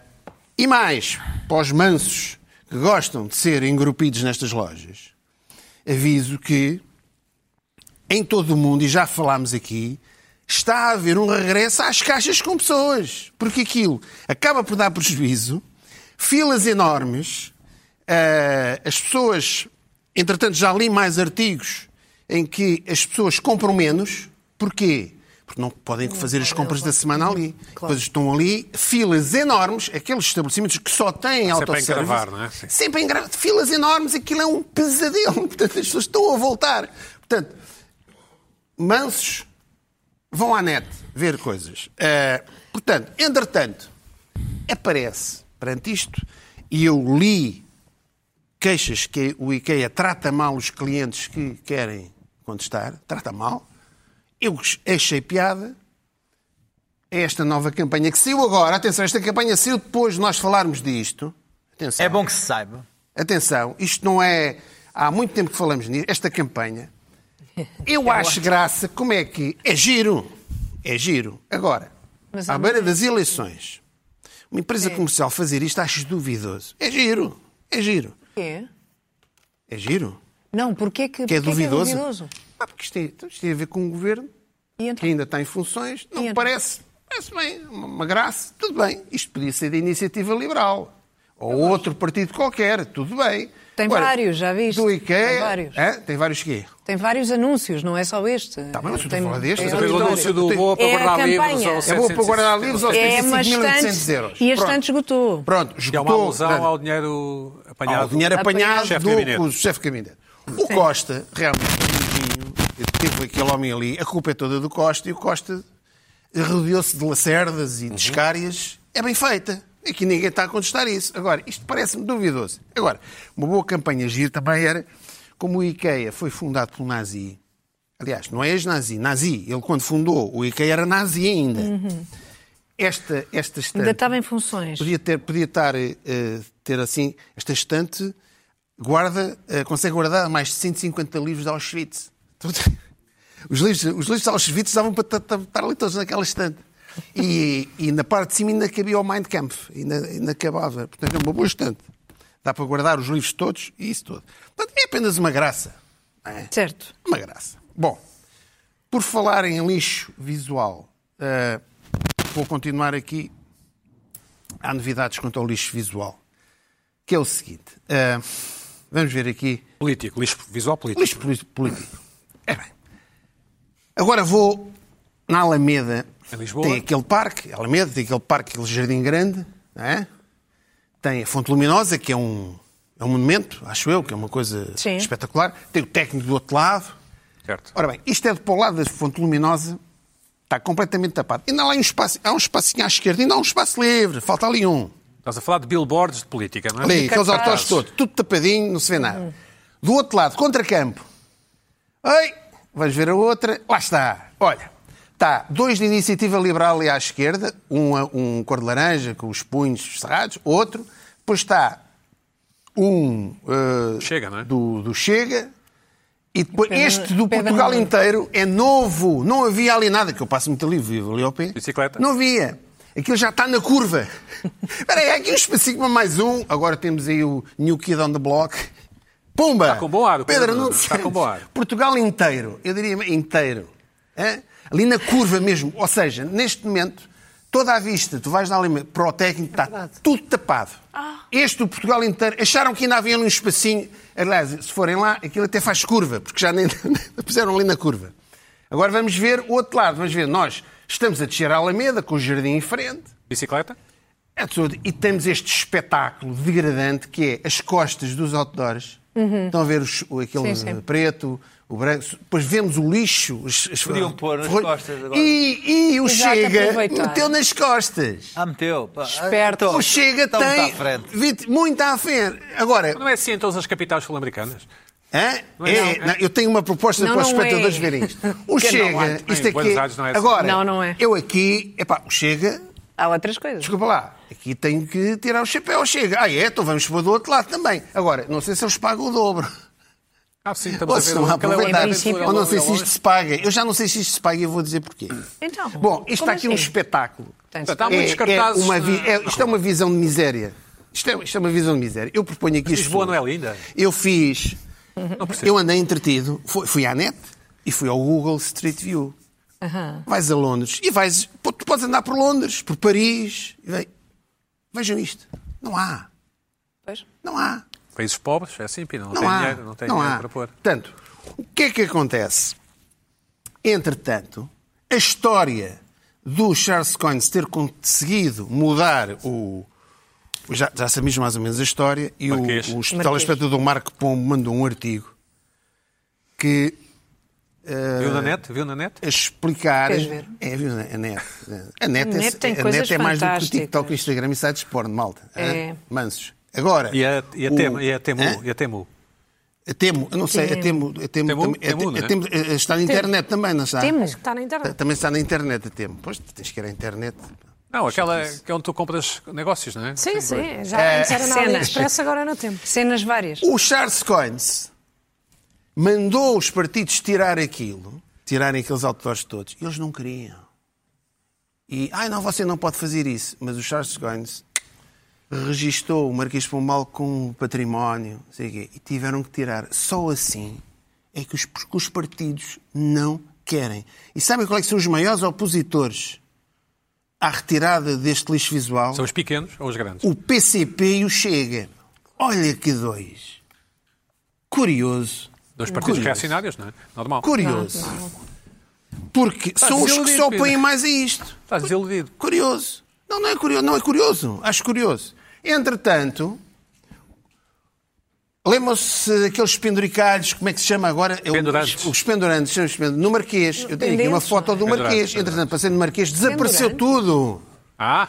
e mais, para os mansos que gostam de ser engrupidos nestas lojas, aviso que em todo o mundo, e já falámos aqui, está a haver um regresso às caixas com pessoas. Porque aquilo acaba por dar prejuízo, filas enormes, ah, as pessoas. Entretanto, já li mais artigos em que as pessoas compram menos. Porquê? Porque não podem fazer as compras da semana ali. Depois estão ali filas enormes, aqueles estabelecimentos que só têm
Sempre a
autosservice.
encravar, não é? Sim.
Sempre em gra- filas enormes, aquilo é um pesadelo. [LAUGHS] Portanto, as pessoas estão a voltar. Portanto, mansos vão à net ver coisas. Eh, portanto, entretanto, aparece perante isto, e eu li queixas que o IKEA trata mal os clientes que querem contestar, trata mal. Eu achei piada, é esta nova
É
campanha que saiu agora. Atenção, esta campanha saiu depois de nós falarmos disto. Atenção.
É bom que se saiba.
Atenção, isto não é. Há muito tempo que falamos nisto, esta campanha. [LAUGHS] Eu acho graça como é que. É giro. É giro. Agora,
Mas
à
é
beira das eleições, uma empresa comercial fazer isto acho duvidoso. É giro. É giro.
Porquê?
É giro.
Não, porque é que,
Que é
porque
duvidoso. Ah, porque isto tem, isto tem a ver com um governo
E então?
que ainda está em funções. Não
E então?
parece. Parece bem. Uma, uma graça. Tudo bem. Isto podia ser da iniciativa liberal. Ou outro partido qualquer. Tudo bem.
Tem vários, já viste?
Do IKEA.
Tem vários.
Hã? Tem vários quê?
Tem vários anúncios, não é só este.
Tá bem, mas eu estou
Tem-
a falar deste,
é
Mas
mas
o
eu
auditório.
anúncio do
tenho-
boa para
É a
guardar livros
campanha.
aos
É boa para guardar livros aos
É, mas
35.800
tantos-
euros.
e é este
Pronto.
tanto esgotou.
Que
Pronto,
é uma
esgotou.
alusão ao dinheiro apanhado.
Ao Ah, dinheiro apanhado
Chefe de
do
gabinete.
com o chefe de gabinete. O Costa, realmente, amiguinho, teve aquele homem ali, a culpa é toda do Costa, e o Costa rodeou-se de lacerdas
Uhum.
e de escárias. É bem feita. Aqui ninguém está a contestar isso. Agora, isto parece-me duvidoso. Agora, uma boa campanha gira também era, como o IKEA foi fundado pelo nazi, aliás, não é ex-nazi, nazi, ele quando fundou o IKEA era nazi ainda. Esta, esta
Uhum. Ainda
estante
estava em funções.
Podia ter, podia estar, eh, eh, ter assim, esta estante guarda, eh, consegue guardar mais de 150 livros de Auschwitz. [LAUGHS] Tudo- Os livros, os livros de Auschwitz davam para ta- ta- estar ali todos naquela estante. E, e na parte de cima ainda cabia o Mein Kampf, ainda, ainda acabava. Portanto, é uma boa estante. Dá para guardar os livros todos e isso tudo. Portanto, é apenas uma graça. não é?
Certo.
Uma graça. Bom, por falar em lixo visual, eh, vou continuar aqui. Há novidades quanto ao lixo visual, que é o seguinte. eh, vamos ver aqui.
Político, lixo visual político.
Lixo poli- político. É bem. Agora vou na Alameda.
Em Lisboa?
Tem aquele parque, Alameda, tem aquele parque, aquele jardim grande, não é? Tem a Fonte Luminosa, que é um, é um monumento, acho eu, que é uma coisa
Sim.
espetacular. Tem o técnico do outro lado.
Certo.
Ora bem, isto é de para o lado da fonte luminosa, está completamente tapado. Ainda há lá um espaço, há um espacinho à esquerda, ainda há um espaço livre, falta ali um.
Estás a falar de billboards de política, não é?
Ali, aqueles
cartazes.
autores todos, tudo tapadinho, não se vê nada. Do outro lado, contracampo. Ei, vais ver a outra, lá está. Olha, está dois de iniciativa liberal ali à esquerda, um, a- um cor de laranja com os punhos cerrados, outro, depois está um eh,
Chega, não é?
do, do Chega. E depois,
Pedro-
este do
Pedro
Portugal
Nuno.
inteiro é novo. Não havia ali nada, que eu passo muito ali, vivo ali ao pé.
Bicicleta?
Não havia. Aquilo já está na
[LAUGHS]
curva. Espera aí, há aqui um espacinho para mais um. Agora temos aí o New Kid on the Block. Pumba! Está
Tá com bom ar, o Pedro
Pedro
Nuno.
Nuno
Está com bom ar.
Portugal inteiro, eu diria inteiro. Hã? Ali na curva mesmo. Ou seja, neste momento, toda a vista, tu vais na Alemanha, para o técnico, está tudo tapado. Este do Portugal inteiro, acharam que ainda havia um espacinho. Aliás, se forem lá, aquilo até faz curva, porque já nem [LAUGHS] puseram ali na curva. Agora vamos ver o outro lado, vamos ver. Nós estamos a descer a Alameda com o jardim em frente.
Bicicleta?
É tudo. E temos este espetáculo degradante que é as costas dos outdoors. Estão a ver os- o- aquele
Uhum. Sim, sim.
preto, o branco. Depois vemos o lixo. Os, as-
Podiam pôr nas
ferrolhos.
costas agora.
E, e o
Exato,
Chega
aproveitar.
meteu nas costas.
Ah, meteu. pá.
Esperto.
Ah,
Então,
o Chega
então
tem
está à frente.
vinte- muito à frente. Agora,
Não é assim em todas as capitais sul-americanas?
Hã?
Não é
É,
não, é?
não, eu tenho uma proposta
Não,
para os
não é.
espectadores verem isto.
[LAUGHS]
O
Que não,
Chega,
há- em
isto
Buenos
aqui.
Aires não é assim.
agora,
Não, não é.
eu aqui, epá, o Chega,
Há outras coisas.
desculpa lá, aqui tenho que tirar o chapéu ao Chega. Ah, é? Então vamos pôr do outro lado também. Agora, não sei se eles pagam o dobro.
Ah, sim, estamos
Ou
a
se
ver.
não há
aquela é uma
aproveitar.
aventura,
Ou não
uma-
sei se
uma-
isto se paga. Eu já não sei se isto se paga e eu vou dizer porquê.
Então,
Bom, isto
como
está aqui um
assim?
espetáculo. É,
Tem-
Portanto, há muitos cartazes.
uma vi-
na-
é- isto é uma visão de miséria. Isto é, isto é uma visão de miséria. Eu proponho aqui.
Mas Lisboa
isto.
não é linda?
Eu fiz.
Não percebo.
Eu andei entretido. Fui, fui à net e fui ao Google Street View. Vais a Londres e vais. pô, Tu podes andar por Londres, por Paris. e vai- Vejam isto. Não há.
Pois.
Não há.
Países pobres, é assim, Pina. Não,
Não
tem
há.
dinheiro, não tem
não
dinheiro
há.
para pôr.
Portanto, o que é que acontece? Entretanto, a história do Charles Coins ter conseguido mudar o. o- Já, já sabemos mais ou menos a história, e
Marquês.
o, o telespectador Marco Pombo mandou um artigo que Eh,
Viu na net? Viu na net?
a explicar.
Queres ver?
É, viu, a net. A net, é,
A net tem
a
coisas
net é mais do que o
fantásticas.
TikTok, o Instagram e sites de porno, malta.
É.
hã? Mansos. Agora.
E a, e a,
o-
Temu- e é a
hã?
Temu? E a Temu?
A É Temo, eu não sei, a Temo, a Temo,
Temu?
também- a
Temu,
Te- a
não é?
Temo, eh, está na internet também, não está?
Temo.
Está na
Ta-
internet.
é Também está na internet a Temo. Pois, tens que ir à internet.
Não, aquela que é onde tu compras negócios, não é?
Sim, sim. Já antes era na
Cenas.
AliExpress, agora é na Tempo.
Cenas várias.
O Charles Coins mandou os partidos tirar aquilo, tirarem aqueles autores todos. Eles não queriam. E, ai não, você não pode fazer isso. Mas o Charles Coins registou o Marquês de Pombal com um património, não sei o quê, e tiveram que tirar. Só assim é que os, porque os partidos não querem. E sabem quais são os maiores opositores à retirada deste lixo visual?
São os pequenos ou os grandes?
o PCP e o Chega. Olha que dois. Curioso.
Dois partidos
Curioso.
reacionários, não é? Normal.
Curioso. Porque
Tá,
são os que
desiludido,
só
Pedro.
põem mais a isto.
Estás desiludido.
Curioso. Não, não é curioso. Não é curioso. Acho curioso. Entretanto, lembram-se daqueles penduricalhos, como é que se chama agora? É o-
Pendurantes.
Os pendurantes, chamam-se pendurantes. No Marquês. Eu tenho aqui uma
Pendentes,
foto do
Pendurantes,
Marquês.
pendurantes.
Entretanto, passei no Marquês, desapareceu tudo.
Ah,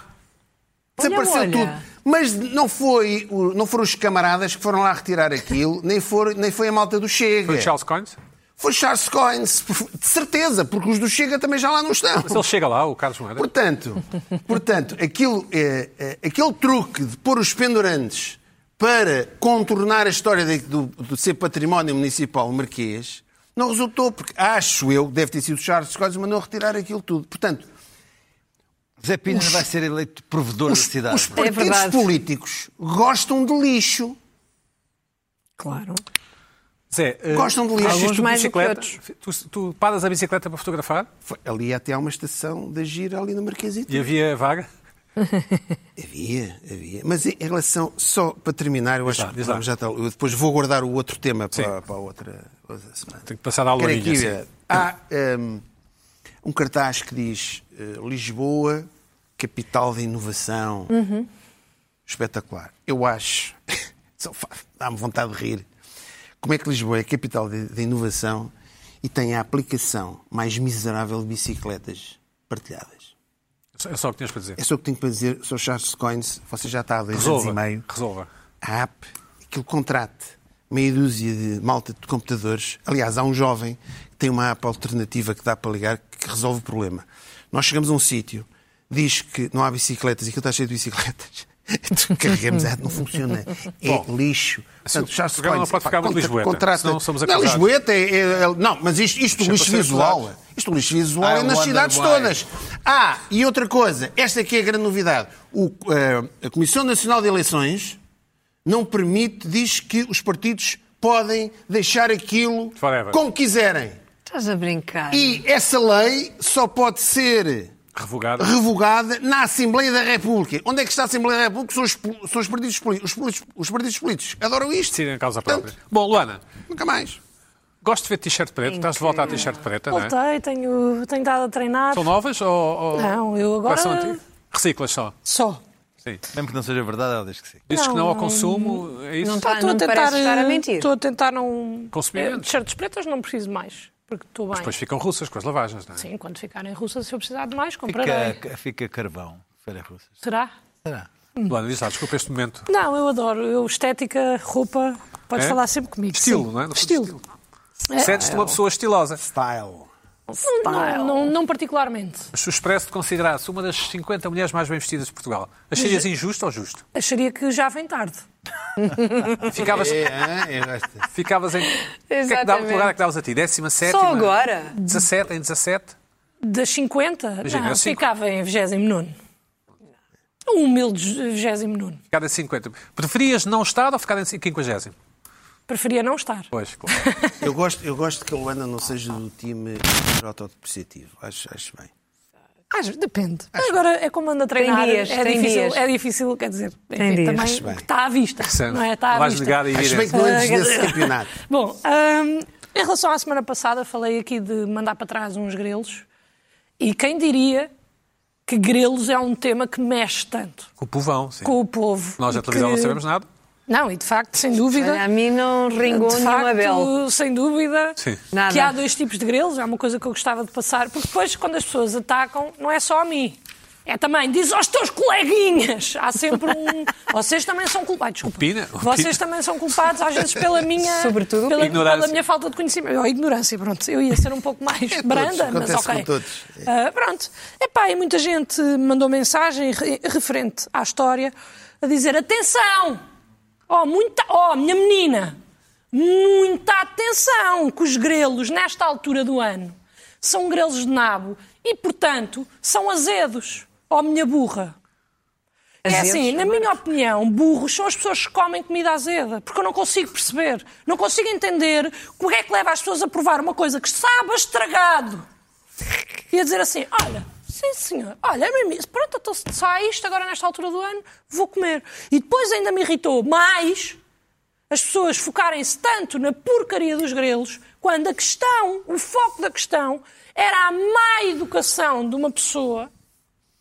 Desapareceu
olha.
tudo. Mas não, foi, o- não foram os camaradas que foram lá retirar aquilo, nem, foram, nem foi a malta do Chega.
foi o Charles Coins?
Foi Charles Coins, de certeza, porque os do Chega também já lá não estão.
Se ele chega lá, o Carlos Moeda.
Portanto, portanto aquilo, é, é, aquele truque de pôr os pendurantes para contornar a história de, do, do ser património municipal marquês não resultou, porque acho eu, deve ter sido Charles Coins, mandou retirar aquilo tudo. Portanto,
Zé Pina vai ser eleito provedor da cidade.
os partidos
É verdade.
políticos gostam de lixo.
Claro.
Zé, eh,
Gostam de lixo.
fazes
Alguns
tu
mais do que
bicicletas? Tu, tu paras a bicicleta para fotografar
Foi- Ali até há uma estação da gira ali no Marquesito.
e havia vaga?
Havia, havia. Mas em relação, só para terminar, eu acho
lá,
que
diz lá.
vamos já está- eu depois vou guardar o outro tema
Sim.
para, para a outra, outra semana.
Tenho que passar à
Quero
Lourinha,
aqui
sim.
ver. Há hum, um, cartaz que diz eh, Lisboa, capital da inovação. Espetacular. Eu acho, [LAUGHS] só fa- dá-me vontade de rir, como é que Lisboa é a capital de- da inovação e tem a aplicação mais miserável de bicicletas partilhadas.
É só o que tinhas para dizer.
É só o que tenho para dizer. Sou Charles Coins. Você já está há dois
Resolva.
anos e meio.
Resolva.
A app, aquilo contrate meia dúzia de malta de computadores. Aliás, há um jovem que tem uma app alternativa que dá para ligar que resolve o problema. Nós chegamos a um sítio, diz que não há bicicletas e aquilo está cheio de bicicletas. [LAUGHS] Então, Carregamos, ah, não funciona. É lixo. Portanto, Charles
assim, o programa não
Coins,
pode
epá,
ficar muito
contra-
lisboeta,
contrata-
senão somos
Não,
acusados.
lisboeta é, é- é- Não, mas isto, isto
Deixa
lixo
para ser
visual.
acusados.
Isto lixo visual
I
é nas
wonder
cidades
why.
todas. Ah, e outra coisa, esta aqui é a grande novidade. O, eh, a Comissão Nacional de Eleições não permite, diz que os partidos podem deixar aquilo
Forever.
como quiserem.
Estás a brincar.
E essa lei só pode ser
Revogado.
revogada na Assembleia da República. Onde é que está a Assembleia da República? São os, po- são os partidos políticos. Os, políticos- os partidos políticos adoram isto.
Decidem a causa
Portanto,
própria. Bom, Luana,
Nunca mais.
gosto de ver t-shirt preto. Estás de volta à t-shirt preta, não é?
Voltei, tenho, tenho estado a treinar.
São novas ou... ou-
Não, eu agora-
Quais são antigas? Reciclas só.
Só.
Sim.
Mesmo que não seja verdade, ela diz que sim.
Dizes que não ao
não-
consumo, é isso?
não tá- me parece estar a mentir.
eh, Estou a tentar não.
Consumir
Eh,
menos.
T-shirts pretas não preciso mais, porque estou bem.
Depois ficam russas com as lavagens, não é?
Sim, quando ficarem russas, se eu precisar de mais, comprarei.
Fica, fica carvão. Feira russa.
Será?
Será?
Luana, diz lá, desculpa este momento.
Não, eu adoro. Eu, estética, roupa, podes
É?
falar sempre comigo.
Estilo,
sim.
não é? No fundo,
Estilo. É,
Sentes-te uma pessoa estilosa.
Style.
não, não, não, não particularmente.
Mas se o Expresso te considerasse uma das 50 mulheres mais bem vestidas de Portugal,
é-
acharias injusto ou justo?
Acharia que já vem tarde.
Ficavas,
É, eu gosto.
[LAUGHS]
ficavas em. O que é que dava, que lugar é que davas a ti? 17?
Só agora?
17, em 17?
Das 50,
Imagina, eu
não,
cinco.
ficava em 29. Um humilde 29.
Ficar em 50. Preferias não estar ou ficar em 50?
Preferia não estar.
Pois, claro.
Eu gosto, eu gosto que a Luana não seja do time autodepreciativo. Acho, acho bem.
Às- depende. Agora é como anda a treinar.
Tem dias,
é,
tem
difícil,
dias.
é difícil, quer dizer,
Tem
enfim,
dias.
também
Acho bem.
está à vista.
Interessante.
Não é? Está à
Vais
vista.
negar a
Acho bem
evidência.
que não andes
Ah, quer
desse
dizer-
campeonato.
Bom, hum, em relação à semana passada, falei aqui de mandar para trás uns grelos. E quem diria que grelos é um tema que mexe tanto
Com o povão, sim.
com o povo?
Nós,
e
a televisão,
que-
não sabemos nada.
Não, e de facto, sem dúvida.
Olha, a mim não ringou
de
nenhuma é
facto,
bela.
sem dúvida,
Sim.
Nada.
que há dois tipos de grelos. É uma coisa que eu gostava de passar, porque depois, quando as pessoas atacam, não é só a mim. É também, diz aos teus coleguinhas. Há sempre um. Vocês também são culpados. Desculpa.
Opina, opina.
Vocês também são culpados, às vezes, pela minha.
Sobretudo,
pela,
Ignorância.
pela minha falta de conhecimento. Ou ignorância, pronto. Eu ia ser um pouco mais
[LAUGHS] todos,
branda, mas
acontece
ok.
com todos.
Ah, pronto. Epá, e muita gente mandou mensagem re- referente à história a dizer: atenção! Oh, muita. Oh, minha menina! Muita atenção que os grelos, nesta altura do ano, são grelos de nabo e, portanto, são azedos. Oh, minha burra! É
Azedos?
assim, na minha opinião, burros são as pessoas que comem comida azeda, porque eu não consigo perceber, não consigo entender como é que leva as pessoas a provar uma coisa que sabe a estragado e a dizer assim: olha, sim senhor, olha, é mesmo isso. Pronto, então sai isto agora nesta altura do ano, vou comer. E depois ainda me irritou mais as pessoas focarem-se tanto na porcaria dos grelos, quando a questão, o foco da questão, era a má educação de uma pessoa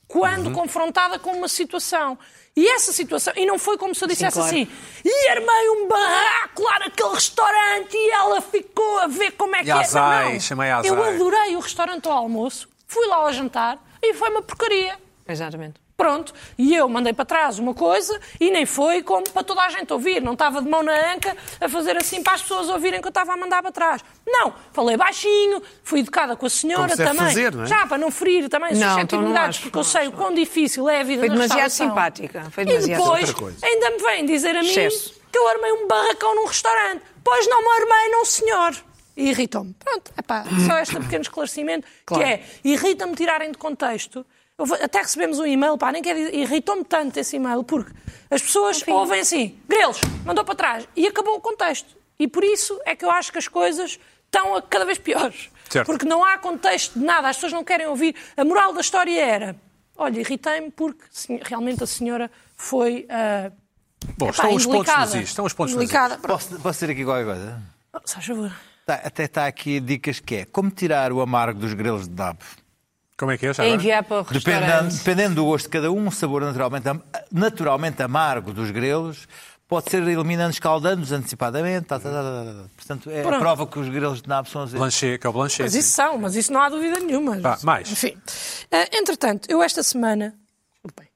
quando confrontada com uma situação. E essa situação, e não foi como se eu dissesse
claro.
assim, e armei um barraco lá naquele restaurante e ela ficou a ver como é que é.
azai,
Não,
chamei
Eu
azai.
adorei o restaurante ao almoço, fui lá ao jantar e foi uma porcaria.
Exatamente.
Pronto, e eu mandei para trás uma coisa e nem foi como para toda a gente ouvir. Não estava de mão na anca a fazer assim para as pessoas ouvirem que eu estava a mandar para trás. Não, falei baixinho, fui educada com a senhora
Como se deve
também.
fazer, não é?
Já, para não ferir também
Não, então não
suscetibilidades,
acho,
porque eu
não
sei o quão difícil é a vida
Foi
na
demasiado
restauração.
simpática, foi
E
demasiado
depois
é Outra coisa.
ainda me vem dizer a mim
Excesso.
que eu armei um barracão num restaurante. Pois não me armei, não senhor. E irritou-me. Pronto, epá, só este pequeno esclarecimento,
Claro.
que é, irrita-me tirarem de contexto. Eu vou- até recebemos um e-mail, pá, nem quer dizer, irritou-me tanto esse e-mail, porque as pessoas ouvem assim, grelos, mandou para trás, e acabou o contexto. E por isso é que eu acho que as coisas estão a- cada vez piores.
Certo.
Porque não há contexto de nada, as pessoas não querem ouvir. A moral da história era, olha, irritei-me porque sim, realmente a senhora foi... ah,
Bom,
Epá,
estão os pontos
indelicada.
nos is, estão os pontos nos is.
Indelicada.
Posso, posso dizer aqui qualquer coisa?
Oh, se faz favor.
Tá, até está aqui dicas que é como tirar o amargo dos grelos de nabo.
Como é que é? Já
É
agora?
enviar para o restaurante.
Dependendo, dependendo do gosto de cada um, o sabor naturalmente, am- naturalmente amargo dos grelos pode ser eliminando escaldando-os antecipadamente. tá, tá, tá, tá, tá. Portanto, é a
Pronto.
prova que os grelos de nabo são azedos.
Blanchet, que é o Blanchet.
Mas
sim.
isso são, mas isso não há dúvida nenhuma.
Pá, mais.
Enfim. Ah, entretanto, eu esta semana. Bem,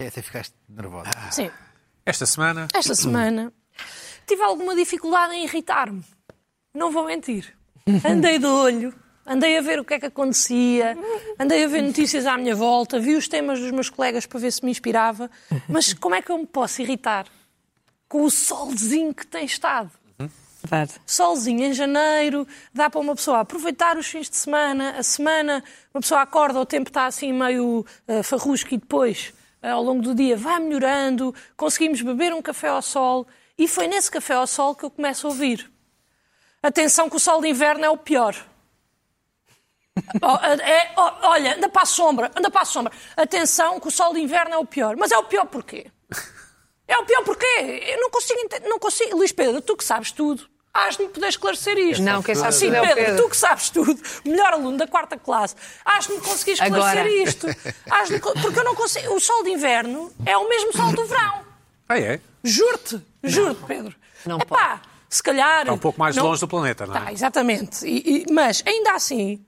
É, até ficaste nervosa.
Sim,
Esta semana,
esta semana tive alguma dificuldade em irritar-me. Não vou mentir. Andei de olho, andei a ver o que é que acontecia, andei a ver notícias à minha volta, vi os temas dos meus colegas para ver se me inspirava. Mas como é que eu me posso irritar com o solzinho que tem estado?
Verdade.
solzinho em janeiro, dá para uma pessoa aproveitar os fins de semana, a semana, uma pessoa acorda, o tempo está assim meio eh, farrusco e depois, eh, ao longo do dia, vai melhorando, conseguimos beber um café ao sol e foi nesse café ao sol que eu começo a ouvir. Atenção que o sol de inverno é o pior. [LAUGHS] Ó, é- ó, olha, anda para a sombra, anda para a sombra. Atenção que o sol de inverno é o pior. Mas é o pior porquê? É o pior porquê? Eu não consigo entender. Não consigo. Luís Pedro, tu que sabes tudo. Hás de me poder esclarecer isto.
Não, quem sabe
Sim,
tudo é o
Pedro,
Pedro.
tu que sabes tudo, melhor aluno da quarta classe, hás de me conseguir esclarecer
Agora.
isto. Hás de me co- Porque eu não consigo. O sol de inverno é o mesmo sol do verão.
ah, é?
Juro-te, juro-te, Pedro.
Não
Epá, se calhar.
Está um pouco mais
não-
longe do planeta, não é?
Tá, exatamente. E- e- mas ainda assim,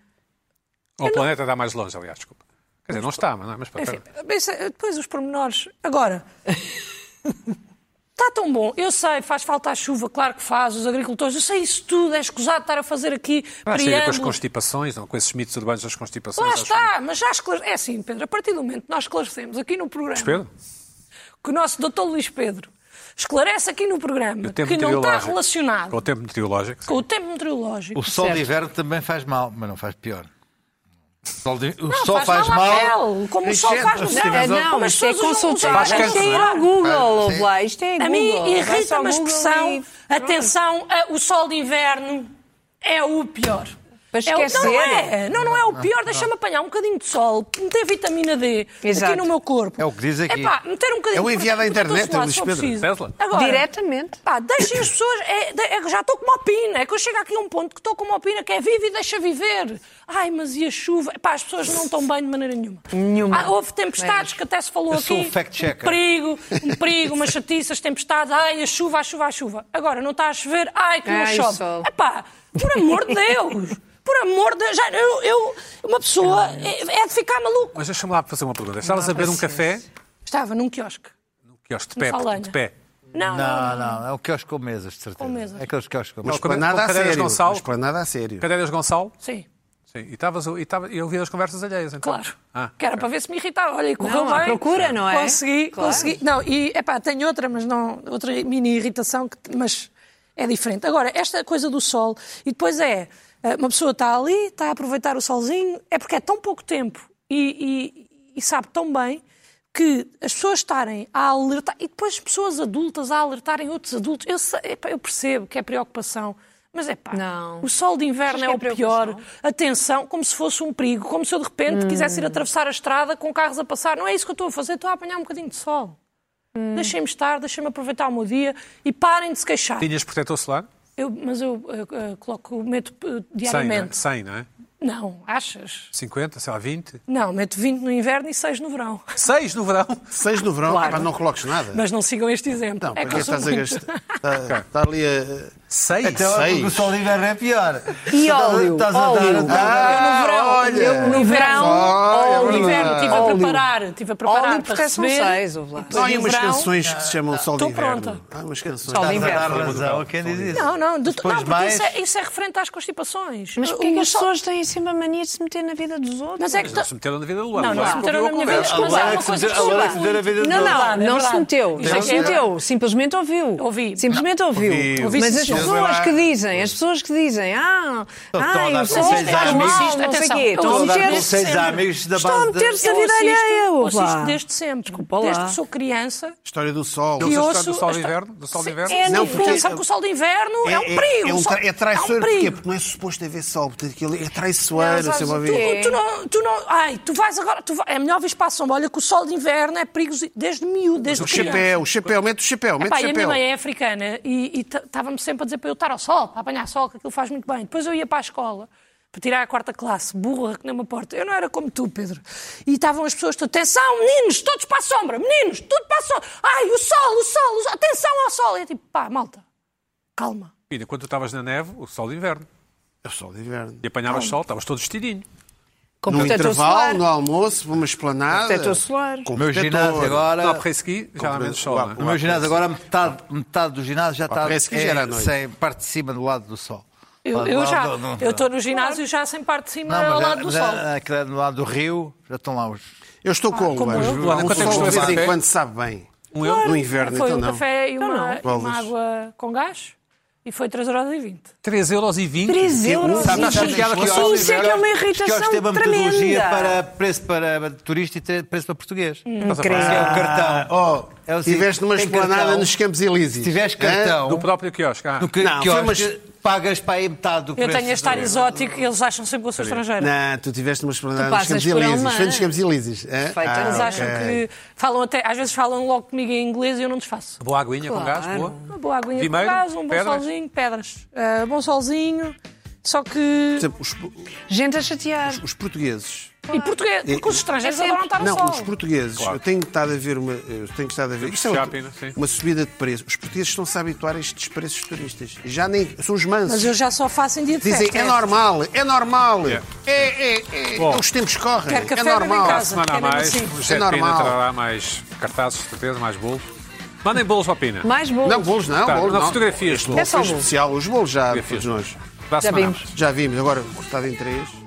Ou o planeta está mais longe, aliás, desculpa. Quer dizer, não está, mas, não é? mas
enfim,
pronto.
pensa- depois os pormenores. Agora, está tão bom. Eu sei, faz falta a chuva, claro que faz, os agricultores, eu sei isso tudo, é escusado estar a fazer aqui
Ah, chega com as
preâmbulos.
constipações, não, com esses mitos urbanos das constipações.
Lá
acho
está, mas já esclarece. É assim, Pedro, a partir do momento que nós esclarecemos aqui no programa
que- Pedro?
que o nosso doutor Luís Pedro esclarece aqui no programa
O tempo
que não está
meteorológico.
relacionado
Com o tempo meteorológico. sim.
com o tempo meteorológico.
O sol
Certo.
de inverno também faz mal, mas não faz pior. O sol, de- o
Não,
sol
faz,
faz,
mal, à
mal.
pele, como o sol faz no
Se
verão.
tiveres
como
algum-
as
não, isto é
pessoas usam-
consultar.
Faz
Isto
câncer,
é ir
não é?
ao Google,
Faz-
ouve lá. Isto é
A
Google.
mim
Vai só
irrita-me a
Google
expressão
e-
atenção, a- o sol de inverno é o pior.
Para
É o- não,
esquecer.
é, não, não é o pior. Deixa-me apanhar um bocadinho de sol, meter vitamina D
Exato.
aqui no meu corpo.
É o que diz aqui.
Epá, meter um bocadinho
É o enviado à
porque- porque
internet,
eu estou suado,
Luís
se eu
Pedro.
preciso.
Tesla.
Agora,
Diretamente.
Pá, deixem as pessoas. É, de- é que já estou com uma opina. É que eu chego aqui a um ponto que estou com uma opina que é vive e deixa viver. Ai, mas e a chuva? Pá, as pessoas não estão bem de maneira nenhuma.
Nenhuma.
Ah, houve tempestades que até se falou
Eu
aqui.
sou um fact-checker.
Um perigo, um perigo, uma chatice, as tempestades. Ai, a chuva, a chuva, a chuva. Agora não está a chover. Ai, que não
Ai,
chove.
sol.
Epá, por amor de Deus. Por amor de. Já, eu, eu- uma pessoa é, é de ficar maluco.
Mas deixa-me lá fazer uma pergunta. Estavas
Não
a
há
beber um café, Um
paciência.
Estava num quiosque.
quiosque de
Não
pé,
fala,
de pé.
Não,
Não, não, é um quiosque com mesas, de certeza.
Com mesas.
É aqueles quiosques com
Mas
mesas.
com-
para nada
com
a
cadeiras
sério.
Gonçalo?
Mas para nada a sério.
Cadeiras Gonçalo?
Sim,
Sim. E, estavas, e, tava, e eu ouvi as conversas alheias, então.
claro.
Ah.
que era para ver se me irritava. Olha, e correu
Não, à
bem.
procura, não é?
Consegui,
Claro.
consegui. Não, e epá, tenho outra, mas não, outra mini irritação, que- mas é diferente. Agora, esta coisa do sol, e depois é, eh, uma pessoa está ali, está a aproveitar o solzinho, é porque é tão pouco tempo e, e- e sabe tão bem que as pessoas estarem a alertar, e depois pessoas adultas a alertarem outros adultos, eu, sei- epá, eu percebo que é preocupação, mas é pá,
Não.
o sol de
Achas
inverno
que
é
é
o pior,
preocupação? Hum.
atenção, como se fosse um perigo, como se eu de repente quisesse ir atravessar a estrada com carros a passar. Não é isso que eu estou a fazer, estou a apanhar um bocadinho de sol.
Hum.
Deixem-me estar, deixem-me aproveitar o meu dia e parem de se queixar.
Tinhas protetor solar?
Eu- mas eu eh, eh, coloco, meto eh,
100, não é?
diariamente.
100, não é?
Não, achas?
50, sei lá, 20?
Não, meto 20 no inverno e 6 no verão.
6 no verão?
Seis no verão,
Claro.
pá, não coloques nada.
Mas não sigam este exemplo.
Não, para
é que
que
eu sou
estás a
muito- [LAUGHS]
gastar? Está, está ali a.
6?
Então-
Porque
Seis.
O sol de inverno é pior.
E óleo,
Estás a
óleo.
dar.
Ah,
verão,
olha!
No verão,
Olha,
No
óleo.
inverno, estive a
Óleo.
preparar, estive a preparar
Óleo,
para
porque são
receber.
seis, ouve lá.
E depois
Há aí
no
umas
verão-
canções que se chamam Sol de
Estou
Inverno.
pronta.
Há umas canções.
Sol de
Estás a dar
inverno.
razão a quem diz isso.
Não, não, de,
Depois
não porque
mais-
isso, é, isso é referente às constipações.
Mas
O-
porquê que é
o
as
sol-
pessoas têm sempre a mania de se meter na vida dos outros?
Mas é que
Não é? se meteram na vida do Luana.
Não, não
Luana
se meteram
ouviu a
na minha
conversa.
vida. Mas é uma
Alex
coisa que
dizer- Alex
desculpa.
dizer a vida
Não,
dos
É
não,
verdade,
não
é
se
verdade.
meteu.
Isso é
Não se
que é
meteu, simplesmente ouviu.
Ouvi.
Simplesmente ouviu.
Ouvi.
Mas as
Ouvi.
pessoas
Ouvi.
que dizem, as pessoas que dizem, ah,
estão a
ai,
dar
o sol
conselhos
faz
às
mal,
amigas.
não sei o
Atenção,
quê. Estão
eu
a
Estou a dar
meter-se
conselhos a
sempre.
amigos da
Estão a
base da-
meter-se a
Eu
vida
assisto-
alheia.
é eu
ouve lá.
assisto desde sempre.
Desculpa lá.
Desde que sou criança.
História do Sol.
Ouves
E
a história
ouço
do sol
a
de
histó-
inverno? Do sol de
Sim,
inverno?
É,
Não,
não,
porque-
pensar que o sol de inverno é, um perigo.
É,
o
um
sol-
tra- é traiçoeiro,
é um
porquê?
perigo.
tipo,
Porque não é suposto haver sol. Portanto, aquilo é traiçoeiro,
Não,
se uma
sabes
vez.
o quê?
Tu, tu não, tu não- ai, tu vais agora, tu vai- é melhor vir para a sombra. Olha que o sol de inverno é perigoso desde miúdo, desde
O é
criança.
chapéu, o chapéu, mete o chapéu, mete
Epá,
o
e a minha
chapéu.
mãe é africana e estava-me sempre a dizer para eu estar ao sol, para apanhar sol, que aquilo faz muito bem. Depois eu ia para a escola para tirar a quarta classe, burra que nem uma porta. Eu não era como tu, Pedro. E estavam as pessoas, todas, atenção, meninos, todos para a sombra, meninos, tudo para a sombra. Ai, o sol, o sol, o sol, atenção ao sol. E eu tipo, pá, malta, calma.
Pina, quando tu estavas na neve, o sol de inverno.
É o sol de inverno.
E apanhavas sol, estavas todo vestidinho.
Com
No
protetor solar.
intervalo, no almoço, uma esplanada.
Protetor solar.
Com
O meu
protetor.
ginásio
Não há
agora.
pré-ski, já há menos
Compreendo.
sol, não
O
é?
meu ginásio agora, metade, metade do ginásio já está
parece que já era à noite.
sem parte de cima do lado do sol.
Eu,
Lá do
eu
lado
já,
do- do-
eu estou no ginásio já sem parte de cima
Não,
ao
mas é-
lado do sol.
Aquele do lado do rio, já estão lá os.
Eu estou com
como eu.
um
Luana,
O
quanto é que
sol de
custou
vez
esse
em
café?
quando sabe bem.
Um euro?
No inverno,
Foi
então
um
não.
café e
não.
uma, e
Qual
uma
dos?
água com gás e foi 3,20€.
3 euros e 20.
3 euros.
tipo Sabe,
e
estás
vinte.
chateada que
Sim,
o
Isso é que é uma irritação
têm uma metodologia
tremenda. Hum.
para preço para turista e te- preço para português.
Estás a
Incrível.
Que é o
falar
cartão.
Oh,
É o seguinte,
tiveste numa
tem
esplanada
cartão.
nos Campos Elíseos.
Se tiveres
Hã?
cartão,
Do próprio quiosque. Ah,
no que,
Não,
não,
foi
quiosque,
umas-
pagas para aí metade do
Eu
preço.
tenho este ar
do-
exótico e eles acham sempre que eu sou estrangeira. [LAUGHS]
Não, tu tiveste uma esplanada
Tu
nos
passas
Campos
por
Elíseos.
Almã.
né?
Foi é? nos Campos Elíseos. Perfeito.
Eles acham que falam até, às vezes falam logo comigo em inglês e eu não desfaço.
Boa aguinha com gás,
Claro.
boa.
Uma boa aguinha
Primeiro,
com gás, um bom
pedras.
solzinho, pedras. Ah, bom solzinho, só que.
Os,
Gente a chatear.
os portugueses.
E português, porque os estrangeiros
É sempre-
adoram estar no
Não,
sol.
os portugueses. Eu tenho estado a ver uma. Eu tenho estado a ver. Isto é
Já,
outra-
Pina, sim.
uma subida de preço. Os portugueses estão-se a habituar a estes preços turistas. Já nem. São os mansos.
Mas eu já só faço em dia de
Dizem,
festa.
é normal, é normal.
Yeah.
É, é, é.
Bom.
Os tempos correm.
Quero
É
café, bebem em
Para
normal.
a
casa.
semana a
É mesmo
mais, um
assim.
o
É
José Pina
normal.
trará mais cartazes, de certeza, mais bolos. Mandem bolos ao Pina.
Mais bolos.
Não, bolos não.
Tá,
bolos
não,
não.
fotografias.
Este bolo
É só
foi
bolo.
especial. Os bolos já,
Fotografias.
todos nós.
Para a
Já
semana.
vimos.
Já vimos, agora cortado em três.